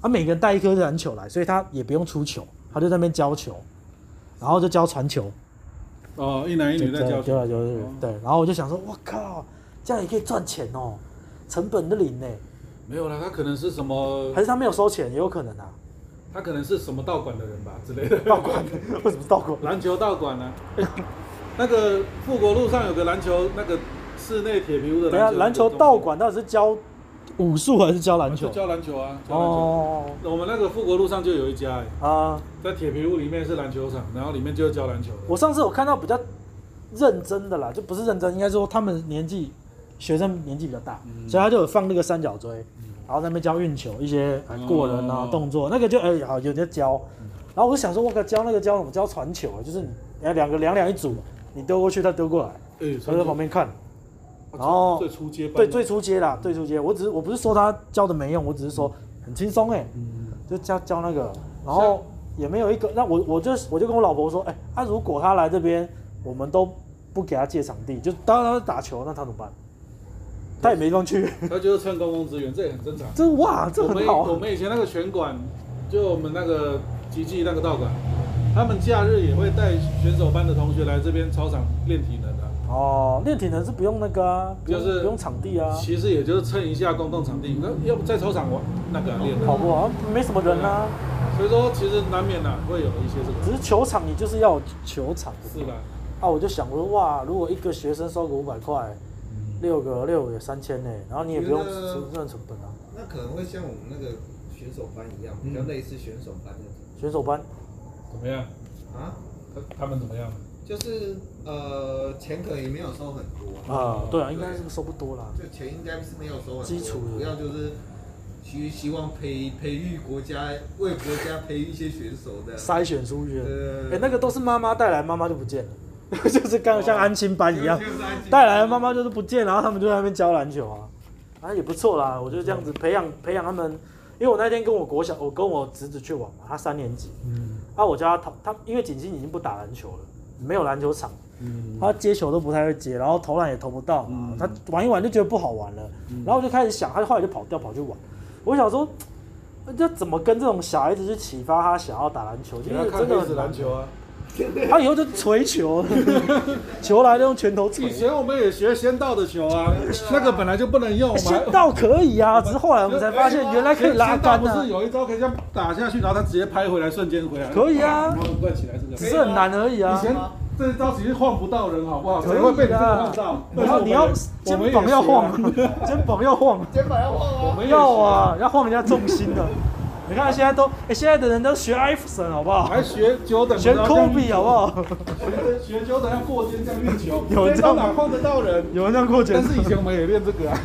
Speaker 4: 他每个人带一颗篮球来，所以他也不用出球，他就在那边教球，然后就教传球，
Speaker 3: 哦，一男一女在教
Speaker 4: 对啊对
Speaker 3: 球，
Speaker 4: 对
Speaker 3: 哦
Speaker 4: 对，然后我就想说，我靠，这样也可以赚钱哦，成本的零呢？
Speaker 3: 没有啦，他可能是什么
Speaker 4: 还，是他没有收钱，也有可 能啊。
Speaker 3: 他可能是什么道馆的人吧之类的，
Speaker 4: 道馆为什么道馆？
Speaker 3: 篮球道馆呢、哎 那个富国路上有个篮球，那个室内铁皮屋的
Speaker 4: 等一下，
Speaker 3: 篮球，
Speaker 4: 篮球道馆到底是教武术还是教篮球
Speaker 3: 就？教篮球啊，教篮球。
Speaker 4: 哦
Speaker 3: 我们那个富国路上就有一家、哎，
Speaker 4: 啊，
Speaker 3: 在铁皮屋里面是篮球场，然后里面就是教篮球的。
Speaker 4: 我上次有看到比较认真的啦，就不是认真，应该说他们年纪学生年纪比较大，
Speaker 3: 嗯
Speaker 4: 所以他就有放那个三角锥，然后在那边教运球一些呃过人啊、
Speaker 3: 哦
Speaker 4: 动作，那个就哎、好有人在教，然后我就想说，我靠，教那个教什么？教传球啊，就是你哎两个两两一组，你丢过去，他丢过来，
Speaker 3: 哎，
Speaker 4: 我
Speaker 3: 传
Speaker 4: 在
Speaker 3: 统
Speaker 4: 旁边看。
Speaker 3: 啊
Speaker 4: 然后
Speaker 3: 最初阶班
Speaker 4: 对，最初阶啦，最初阶。我只是我不是说他教的没用，我只是说很轻松哎，
Speaker 3: 嗯
Speaker 4: 就教教那个，然后也没有一个。那我我就我就跟我老婆说，哎、他、如果他来这边，我们都不给他借场地，就当他打球，那他怎么办？他也没地方去。
Speaker 3: 他就是蹭公共资源，这也很正常。
Speaker 4: 这哇，这
Speaker 3: 我们
Speaker 4: 很
Speaker 3: 以
Speaker 4: 好
Speaker 3: 我
Speaker 4: 啊。
Speaker 3: 们以前那个拳馆，就我们那个集技那个道馆，他们假日也会带选手班的同学来这边操场练体能的、啊
Speaker 4: 哦，练体能是不用那个啊，不用
Speaker 3: 就是
Speaker 4: 不用场地啊，
Speaker 3: 其实也就是蹭一下公共场地，那要不在操场玩那个啊练的。
Speaker 4: 跑步啊没什么人啊，
Speaker 3: 所以说其实难免啊会有一些这
Speaker 4: 只
Speaker 3: 个，
Speaker 4: 是球场你就是要有球场
Speaker 3: 是吧？
Speaker 4: 啊，我就想我说哇，如果一个学生收个五百块，六个六个也三千呢，然后你也不用
Speaker 2: 觉得
Speaker 4: 承认成本啊。
Speaker 2: 那可能会像我们那个选手班一样，比较类似选手班那
Speaker 4: 选手班
Speaker 3: 怎么样？
Speaker 2: 种啊，
Speaker 3: 他他们怎么样？
Speaker 2: 就是呃钱可能也没有收很多啊，
Speaker 4: 啊
Speaker 3: 哦，
Speaker 4: 对啊，应
Speaker 2: 对
Speaker 4: 该是收不多啦。
Speaker 2: 就钱应该是没有收很多，
Speaker 4: 基础的
Speaker 2: 主要就是希希望培培育国家为国家培育一些选手的，
Speaker 4: 筛选出去，
Speaker 2: 呃
Speaker 4: 哎、那个都是妈妈带来，妈妈就不见了， 就是刚像安亲班一样，
Speaker 2: 就是安静
Speaker 4: 带来的妈妈就是不见，然后他们就在那边教篮球啊，啊也不错啦，我就这样子培养培养他们，因为我那天跟我国小，我跟我侄子去玩嘛，他三年级，
Speaker 3: 嗯
Speaker 4: 啊我叫他投，他因为景星已经不打篮球了，没有篮球场，
Speaker 3: 嗯，
Speaker 4: 他接球都不太会接，然后投篮也投不到嘛，
Speaker 3: 嗯
Speaker 4: 他玩一玩就觉得不好玩了，然后我就开始想，他后来就跑掉跑去玩，我想说。这怎么跟这种小孩子去启发他想要打篮球？
Speaker 3: 给
Speaker 4: 因
Speaker 3: 他
Speaker 4: 为
Speaker 3: 看
Speaker 4: 真的
Speaker 3: 电
Speaker 4: 很
Speaker 3: 子
Speaker 4: 难
Speaker 3: 篮球啊。
Speaker 4: 他以后就锤球， 球来就用拳头锤
Speaker 3: 以。前我们也学仙道的球啊，那个本来就不能用
Speaker 4: 欸
Speaker 3: 嘛。
Speaker 4: 仙道可以啊，只是后来我们才
Speaker 3: 哎
Speaker 4: 发现原来可以拉杆
Speaker 3: 仙道不是
Speaker 4: 啊，
Speaker 3: 有一招可以这样打下去，然后他直接拍回来，瞬间回来。
Speaker 4: 可以啊
Speaker 3: 然后灌起来这个。
Speaker 4: 只是很难而已
Speaker 3: 以
Speaker 4: 啊。
Speaker 3: 前这一招其实晃不到人，好不好？
Speaker 4: 可以啊
Speaker 3: 谁会被你这个晃到？
Speaker 4: 然后你要
Speaker 3: 我们
Speaker 4: 肩
Speaker 3: 也啊
Speaker 4: 膀要晃
Speaker 3: 我 们，
Speaker 4: 肩膀要晃，
Speaker 2: 肩膀要晃
Speaker 3: 我
Speaker 2: 啊，
Speaker 3: 们也
Speaker 4: 要啊，要晃人家重心 的。你看现在都，哎，现在的人都学艾弗森好不好？
Speaker 3: 还学九等，
Speaker 4: 学啊科比好不？好？
Speaker 3: 学学九等要过肩这样运球，
Speaker 4: 有
Speaker 3: 这
Speaker 4: 这样
Speaker 3: 招哪晃得到人？
Speaker 4: 有人这样过节
Speaker 3: 但，是以前我们也练这个啊，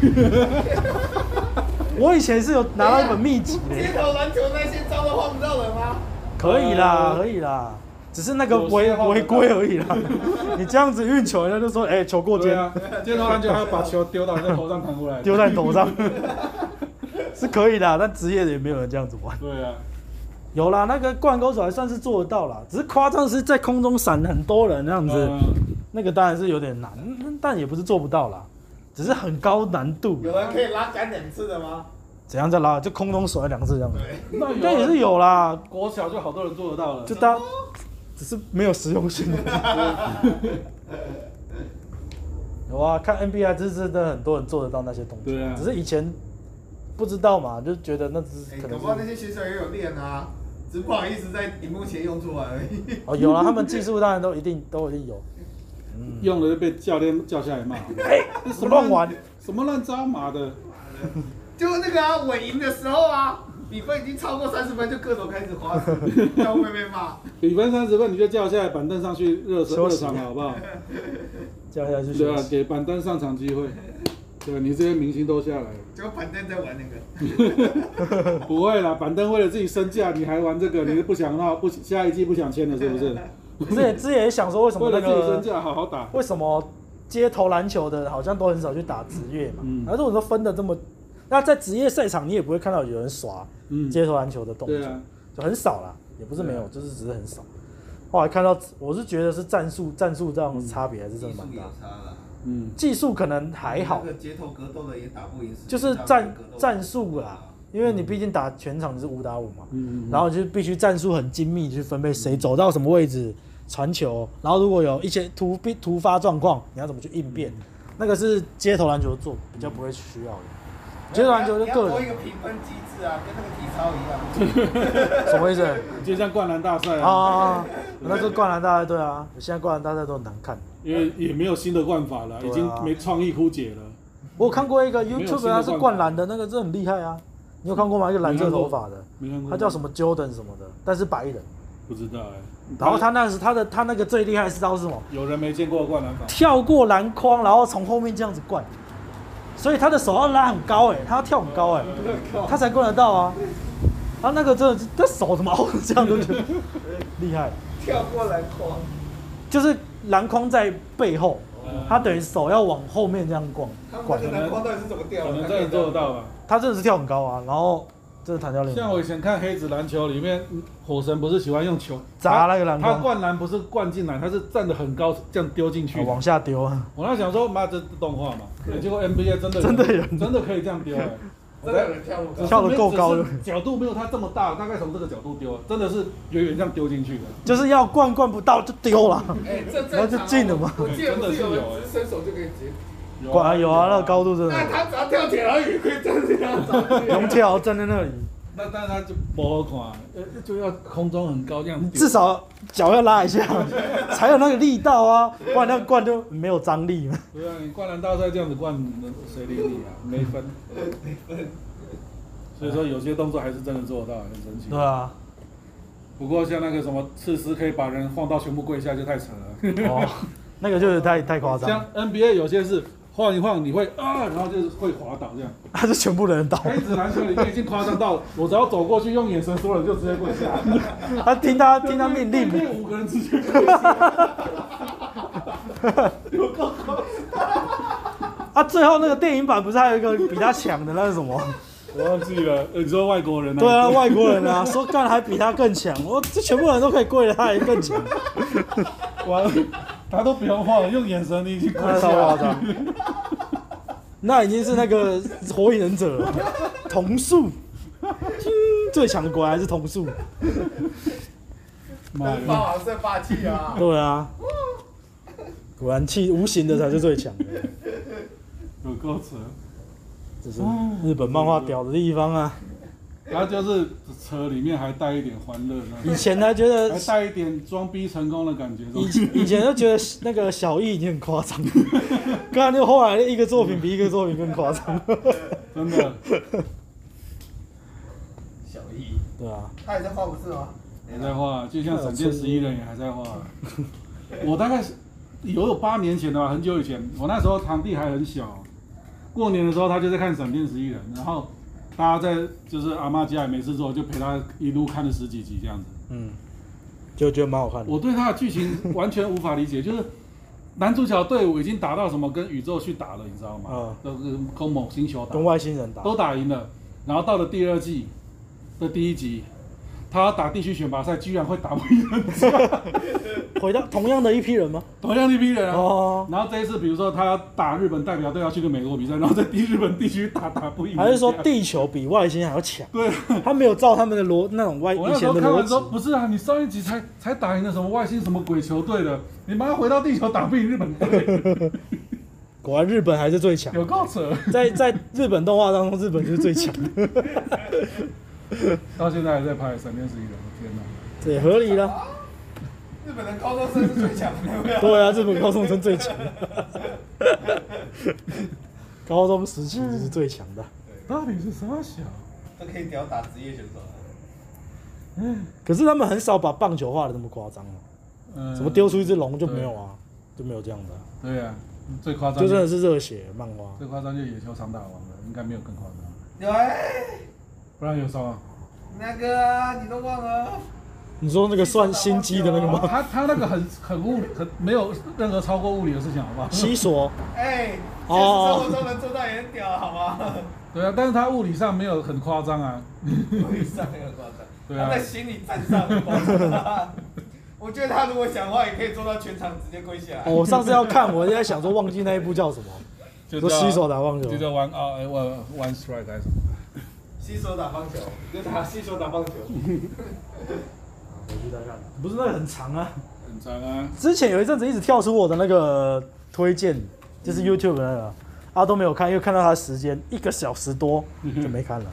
Speaker 4: 我以前是有拿到一本秘籍的，
Speaker 2: 街头篮球那些招都晃不到人吗？
Speaker 4: 可以啦，
Speaker 3: 呃
Speaker 4: 可以啦，只是那个
Speaker 3: 有些
Speaker 4: 违
Speaker 3: 晃得
Speaker 4: 违
Speaker 3: 到
Speaker 4: 规而已啦。 你这样子运球，人家就说，哎，球过
Speaker 3: 对
Speaker 4: 肩。
Speaker 3: 啊，街头篮球还要把球丢到人家头上弹回来。
Speaker 4: 丢在你头上 是可以的啊，但职业的也没有人这样子玩。
Speaker 3: 对啊，
Speaker 4: 有啦，那个灌钩手还算是做得到啦，只是夸张是在空中闪很多人那样子，
Speaker 3: 嗯
Speaker 4: 那个当然是有点难，嗯但也不是做不到啦，只是很高难度。
Speaker 2: 有啊人可以拉杆两次的吗？
Speaker 4: 怎样再拉？就空中甩两次这样子，
Speaker 2: 对，
Speaker 3: 那
Speaker 4: 应该也是有啦，
Speaker 3: 国小就好多人做得到了
Speaker 4: 就。当只是没有实用性。 有啊，看 NBA 就是真的很多人做得到那些动作，
Speaker 3: 对啊
Speaker 4: 只是以前不知道嘛，就觉得那只是
Speaker 2: 哎、
Speaker 4: 可
Speaker 2: 搞
Speaker 4: 能
Speaker 2: 不
Speaker 4: 是
Speaker 2: 好那些选手也有练啊，只不好意思在荧幕前用出来而已。
Speaker 4: 哦，有了，他们技术当然都一定都一定有。
Speaker 3: 用了就被教练叫下来骂，这什
Speaker 4: 哎
Speaker 3: 么
Speaker 4: 乱玩，
Speaker 3: 什么乱招马的，
Speaker 2: 就那个啊，我赢的时候啊，比分已经超过三十分，就各种开始 花式，这样会被骂。
Speaker 3: 比分三十分你就叫下来板凳上去热身
Speaker 4: 休
Speaker 3: 热
Speaker 4: 息
Speaker 3: 场好不好？
Speaker 4: 叫下去
Speaker 3: 对
Speaker 4: 学
Speaker 3: 啊，
Speaker 4: 习。
Speaker 3: 给板凳上场机会。对，啊你这些明星都下 来了，
Speaker 2: 就反正在玩那个，
Speaker 3: 不会啦，板凳为了自己身价，你还玩这个，你是不想闹，不下一季不想签了是不是？
Speaker 4: 之前之前也想说，为什么
Speaker 3: 为
Speaker 4: 那
Speaker 3: 了自己身
Speaker 4: 个
Speaker 3: 价，好好打。
Speaker 4: 为什么街头篮球的好像都很少去打职业嘛？
Speaker 3: 嗯
Speaker 4: 然后我说分的这么，那在职业赛场你也不会看到有人耍
Speaker 3: 嗯，
Speaker 4: 街头篮球的动
Speaker 3: 对
Speaker 4: 作，
Speaker 3: 啊，
Speaker 4: 就很少啦，也不是没有，
Speaker 3: 对啊
Speaker 4: 就是只是很少。后来看到，我是觉得是战术战术这样的
Speaker 3: 嗯
Speaker 4: 差别还是真的蛮
Speaker 2: 技术
Speaker 4: 大
Speaker 2: 有
Speaker 4: 的，
Speaker 2: 差了，
Speaker 3: 嗯，
Speaker 4: 技术可能还好
Speaker 2: 那，个街头格斗的也打不赢，
Speaker 4: 就是战
Speaker 2: 战
Speaker 4: 战术啦，因为你毕竟打全场你是五打五嘛，
Speaker 3: 嗯
Speaker 4: 然后就必须战术很精密去分配谁走到什么位置传球，然后如果有一些突必突发状况，你要怎么去应变，那个是街头篮球做比较不会需要的，街头篮球就
Speaker 2: 你要
Speaker 4: 个
Speaker 2: 多一
Speaker 4: 人
Speaker 2: 个评分机制啊，跟那个体操一样。
Speaker 4: 什么意思
Speaker 3: 就像灌篮大赛
Speaker 4: 啊
Speaker 3: 啊，
Speaker 4: 啊？那就灌篮大赛对啊，现在灌篮大赛都很难看。
Speaker 3: 因为也没有新的灌法了，
Speaker 4: 对啊
Speaker 3: 已经没创意枯竭了。
Speaker 4: 我有看过一个
Speaker 3: 没有
Speaker 4: YouTube，
Speaker 3: 新的
Speaker 4: 他是
Speaker 3: 灌
Speaker 4: 灌
Speaker 3: 法
Speaker 4: 篮的那个，这很厉害啊。你有看过吗？一个蓝色头发的，
Speaker 3: 没看过，
Speaker 4: 他叫什么 Jordan 什么的，但是白人。
Speaker 3: 不知道哎、
Speaker 4: 然后他那时他的他那个最厉害的是招是什么？
Speaker 3: 有人没见过灌篮法，
Speaker 4: 跳过篮筐，然后从后面这样子灌，所以他的手要拉很高哎、他要跳很高哎、他才灌得到啊。他那个真的是，他手怎么凹成这样都觉得厉害，
Speaker 2: 跳过篮筐，
Speaker 4: 就是篮筐在背后，
Speaker 3: 呃
Speaker 4: 他等于手要往后面这样逛
Speaker 2: 他们那
Speaker 4: 拐
Speaker 2: 个。篮筐到底是怎么掉
Speaker 3: 可
Speaker 2: 的？
Speaker 3: 能真的做得到吧。
Speaker 4: 他真的是跳很高啊，然后这是弹跳练
Speaker 3: 像我以前看黑子篮球里面，嗯火神不是喜欢用球
Speaker 4: 砸那个篮
Speaker 3: 他
Speaker 4: 筐，
Speaker 3: 灌篮不是灌进来，他是站得很高这样丢进去
Speaker 4: 啊。往下丢啊。
Speaker 3: 我那想说，妈这是动画嘛，欸结果 NBA 真的有
Speaker 4: 真的有
Speaker 3: 真的可以这样 丢哎，
Speaker 6: 真的有人跳过，
Speaker 4: 跳得够高
Speaker 3: 呃只是角度没有他这么大，大概从这个角度丢，真的是远远这样丢进去的。
Speaker 4: 就是要灌灌不到就丢了，
Speaker 6: 哎，这
Speaker 2: 啊
Speaker 4: 然后就进了嘛
Speaker 6: 我记得不是有
Speaker 3: 欸
Speaker 6: 人只伸手就可以接，
Speaker 3: 有
Speaker 4: 管有啊，那个高度真
Speaker 6: 那
Speaker 4: 的
Speaker 6: 他只要跳铁人鱼可以站起来找你
Speaker 4: 龙跳站在那里，
Speaker 3: 那但是他就不好看，呃就要空中很高这样丢。
Speaker 4: 至少脚要拉一下，才有那个力道啊，不然那样灌就没有张力嘛。
Speaker 3: 对啊，你灌篮大赛这样子灌，谁理你啊？没 分，没分。所以说有些动作还是真的做得到，很神奇。
Speaker 4: 对啊，
Speaker 3: 不过像那个什么刺丝可以把人晃到全部跪下，就太扯了。
Speaker 4: 哦， 那个就是太太夸张，
Speaker 3: 像 NBA 有些是晃一晃你会啊，然后就是会滑倒这样。
Speaker 4: 他是全部人 倒，
Speaker 3: 黑子篮球里面已经夸张到，我只要走过去用眼神说了，就直接跪下。
Speaker 4: 他听他听他命
Speaker 3: 对
Speaker 4: 令，
Speaker 3: 面五个人直接跪下。有够高。
Speaker 4: 啊，最后那个电影版不是还有一个比他强的那是什 么？
Speaker 3: 我忘记了，呃你说外国人啊？
Speaker 4: 对啊，外国人啊，说干还比他更强，我这全部人都可以跪了，他还更强，
Speaker 3: 完了，他都不用晃了，用眼神你已经跪
Speaker 4: 那
Speaker 3: 下
Speaker 4: 超夸
Speaker 3: 了。
Speaker 4: 张， 那已经是那个火影忍者了，瞳术，叮最强的果然还是瞳术，
Speaker 3: 妈
Speaker 6: 能
Speaker 3: 呀！
Speaker 6: 霸王胜霸气啊！
Speaker 4: 对啊，果然气无形的才是最强的，
Speaker 3: 有够扯，
Speaker 4: 这是
Speaker 3: 哦
Speaker 4: 日本漫画屌的地方啊！
Speaker 3: 然后就是车里面还带一点欢乐，那
Speaker 4: 以
Speaker 3: 种
Speaker 4: 前还觉得
Speaker 3: 还带一点装逼成功的感觉。这种
Speaker 4: 以以前都觉得那个小艺已经很夸张，刚才就后来一个作品比一个作品更夸张，
Speaker 3: 真的，
Speaker 2: 小易，
Speaker 4: 对啊，
Speaker 2: 他也在画不是吗？
Speaker 3: 还在画，就像闪电十一人也还在画。 我大概是有有八年前的吧，很久以前，我那时候堂弟还很小，过年的时候他就在看闪电十一人，然后大家在就是阿妈家也没事做，就陪他一路看了十几集这样子。
Speaker 4: 嗯，就觉得蛮好看的。
Speaker 3: 我对他的剧情完全无法理解，就是男主角队伍已经打到什么跟宇宙去打了，你知道吗？都是跟某星球打
Speaker 4: 跟，外星人打，
Speaker 3: 都打赢了。然后到了第二季的第一集，他打地区选拔赛，居然会打不赢人家，
Speaker 4: 回到同样的一批人吗？
Speaker 3: 同样一批人啊。
Speaker 4: 哦，
Speaker 3: 然后这一次，比如说他打日本代表队要去跟美国比赛，然后在地日本地区打打不赢人家，
Speaker 4: 还是说地球比外星人还要 强？
Speaker 3: 对？啊
Speaker 4: 他没有照他们的逻那种外
Speaker 3: 我
Speaker 4: 以
Speaker 3: 那时
Speaker 4: 前
Speaker 3: 候
Speaker 4: 的
Speaker 3: 看完之后，
Speaker 4: 逻辑，
Speaker 3: 不是啊，你上一集才才打赢了什么外星什么鬼球队的，你妈回到地球打不赢日本队，
Speaker 4: 果然日本还是最强。
Speaker 3: 有够扯。
Speaker 4: 在在日本动画当中，日本就是最强，
Speaker 3: 到现在还在拍《闪电十一人》，天哪！
Speaker 4: 这也合理啦。
Speaker 6: 日本的高中生是最强的，有没有？
Speaker 4: 对啊，日本高中生最强， 高中时期就是最强的。
Speaker 3: 到底是啥小？
Speaker 2: 这可以屌打职业选手了。
Speaker 4: 可是他们很少把棒球画的那么夸张啊，
Speaker 3: 嗯
Speaker 4: 什么丢？出一只龙就没有啊，就没有这样的啊、
Speaker 3: 对呀、啊，最夸张
Speaker 4: 就
Speaker 3: 就
Speaker 4: 真的是热血漫画。
Speaker 3: 最夸张就野球场打王了，应该没有更夸张，
Speaker 2: 喂，
Speaker 3: 不然有啥吗？
Speaker 2: 欸那个啊你都忘了？
Speaker 4: 你说那个算心机的那个吗？
Speaker 3: 他他那个很很物理，很没有任何超过物理的事情，好不好？
Speaker 4: 西索
Speaker 2: 哎，现实
Speaker 4: 哦
Speaker 2: 生活中能做到也很屌，好 吗？
Speaker 3: 对啊，但是他物理上没有很夸张啊。
Speaker 2: 我以上很夸张，
Speaker 3: 对啊
Speaker 2: 他在心理战上很夸张。 我觉得他如果想的话，也可以做到全场直接跪下来。
Speaker 4: 哦，我上次要看，我就在想说忘记那一部叫什么，
Speaker 3: 就
Speaker 4: 说
Speaker 3: 叫
Speaker 4: 西索打棒球
Speaker 3: 就，叫 one 啊哎 one one strike 还是什么？
Speaker 2: 新手打棒球，你就打新手打棒球。
Speaker 4: 不是那个很长啊。
Speaker 3: 很长啊，
Speaker 4: 之前有一阵子一直跳出我的那个推荐，就是 YouTube 的那个，啊都没有看，因为看到他的时间一个小时多就没看了。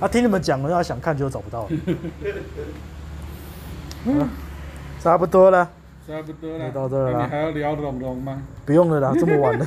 Speaker 4: 啊，听你们讲了，要想看就找不到了。好了差不多了，
Speaker 3: 差不多了。
Speaker 4: 就到这儿了
Speaker 3: 那你还要聊龙龙吗？
Speaker 4: 不用了啦，这么晚了。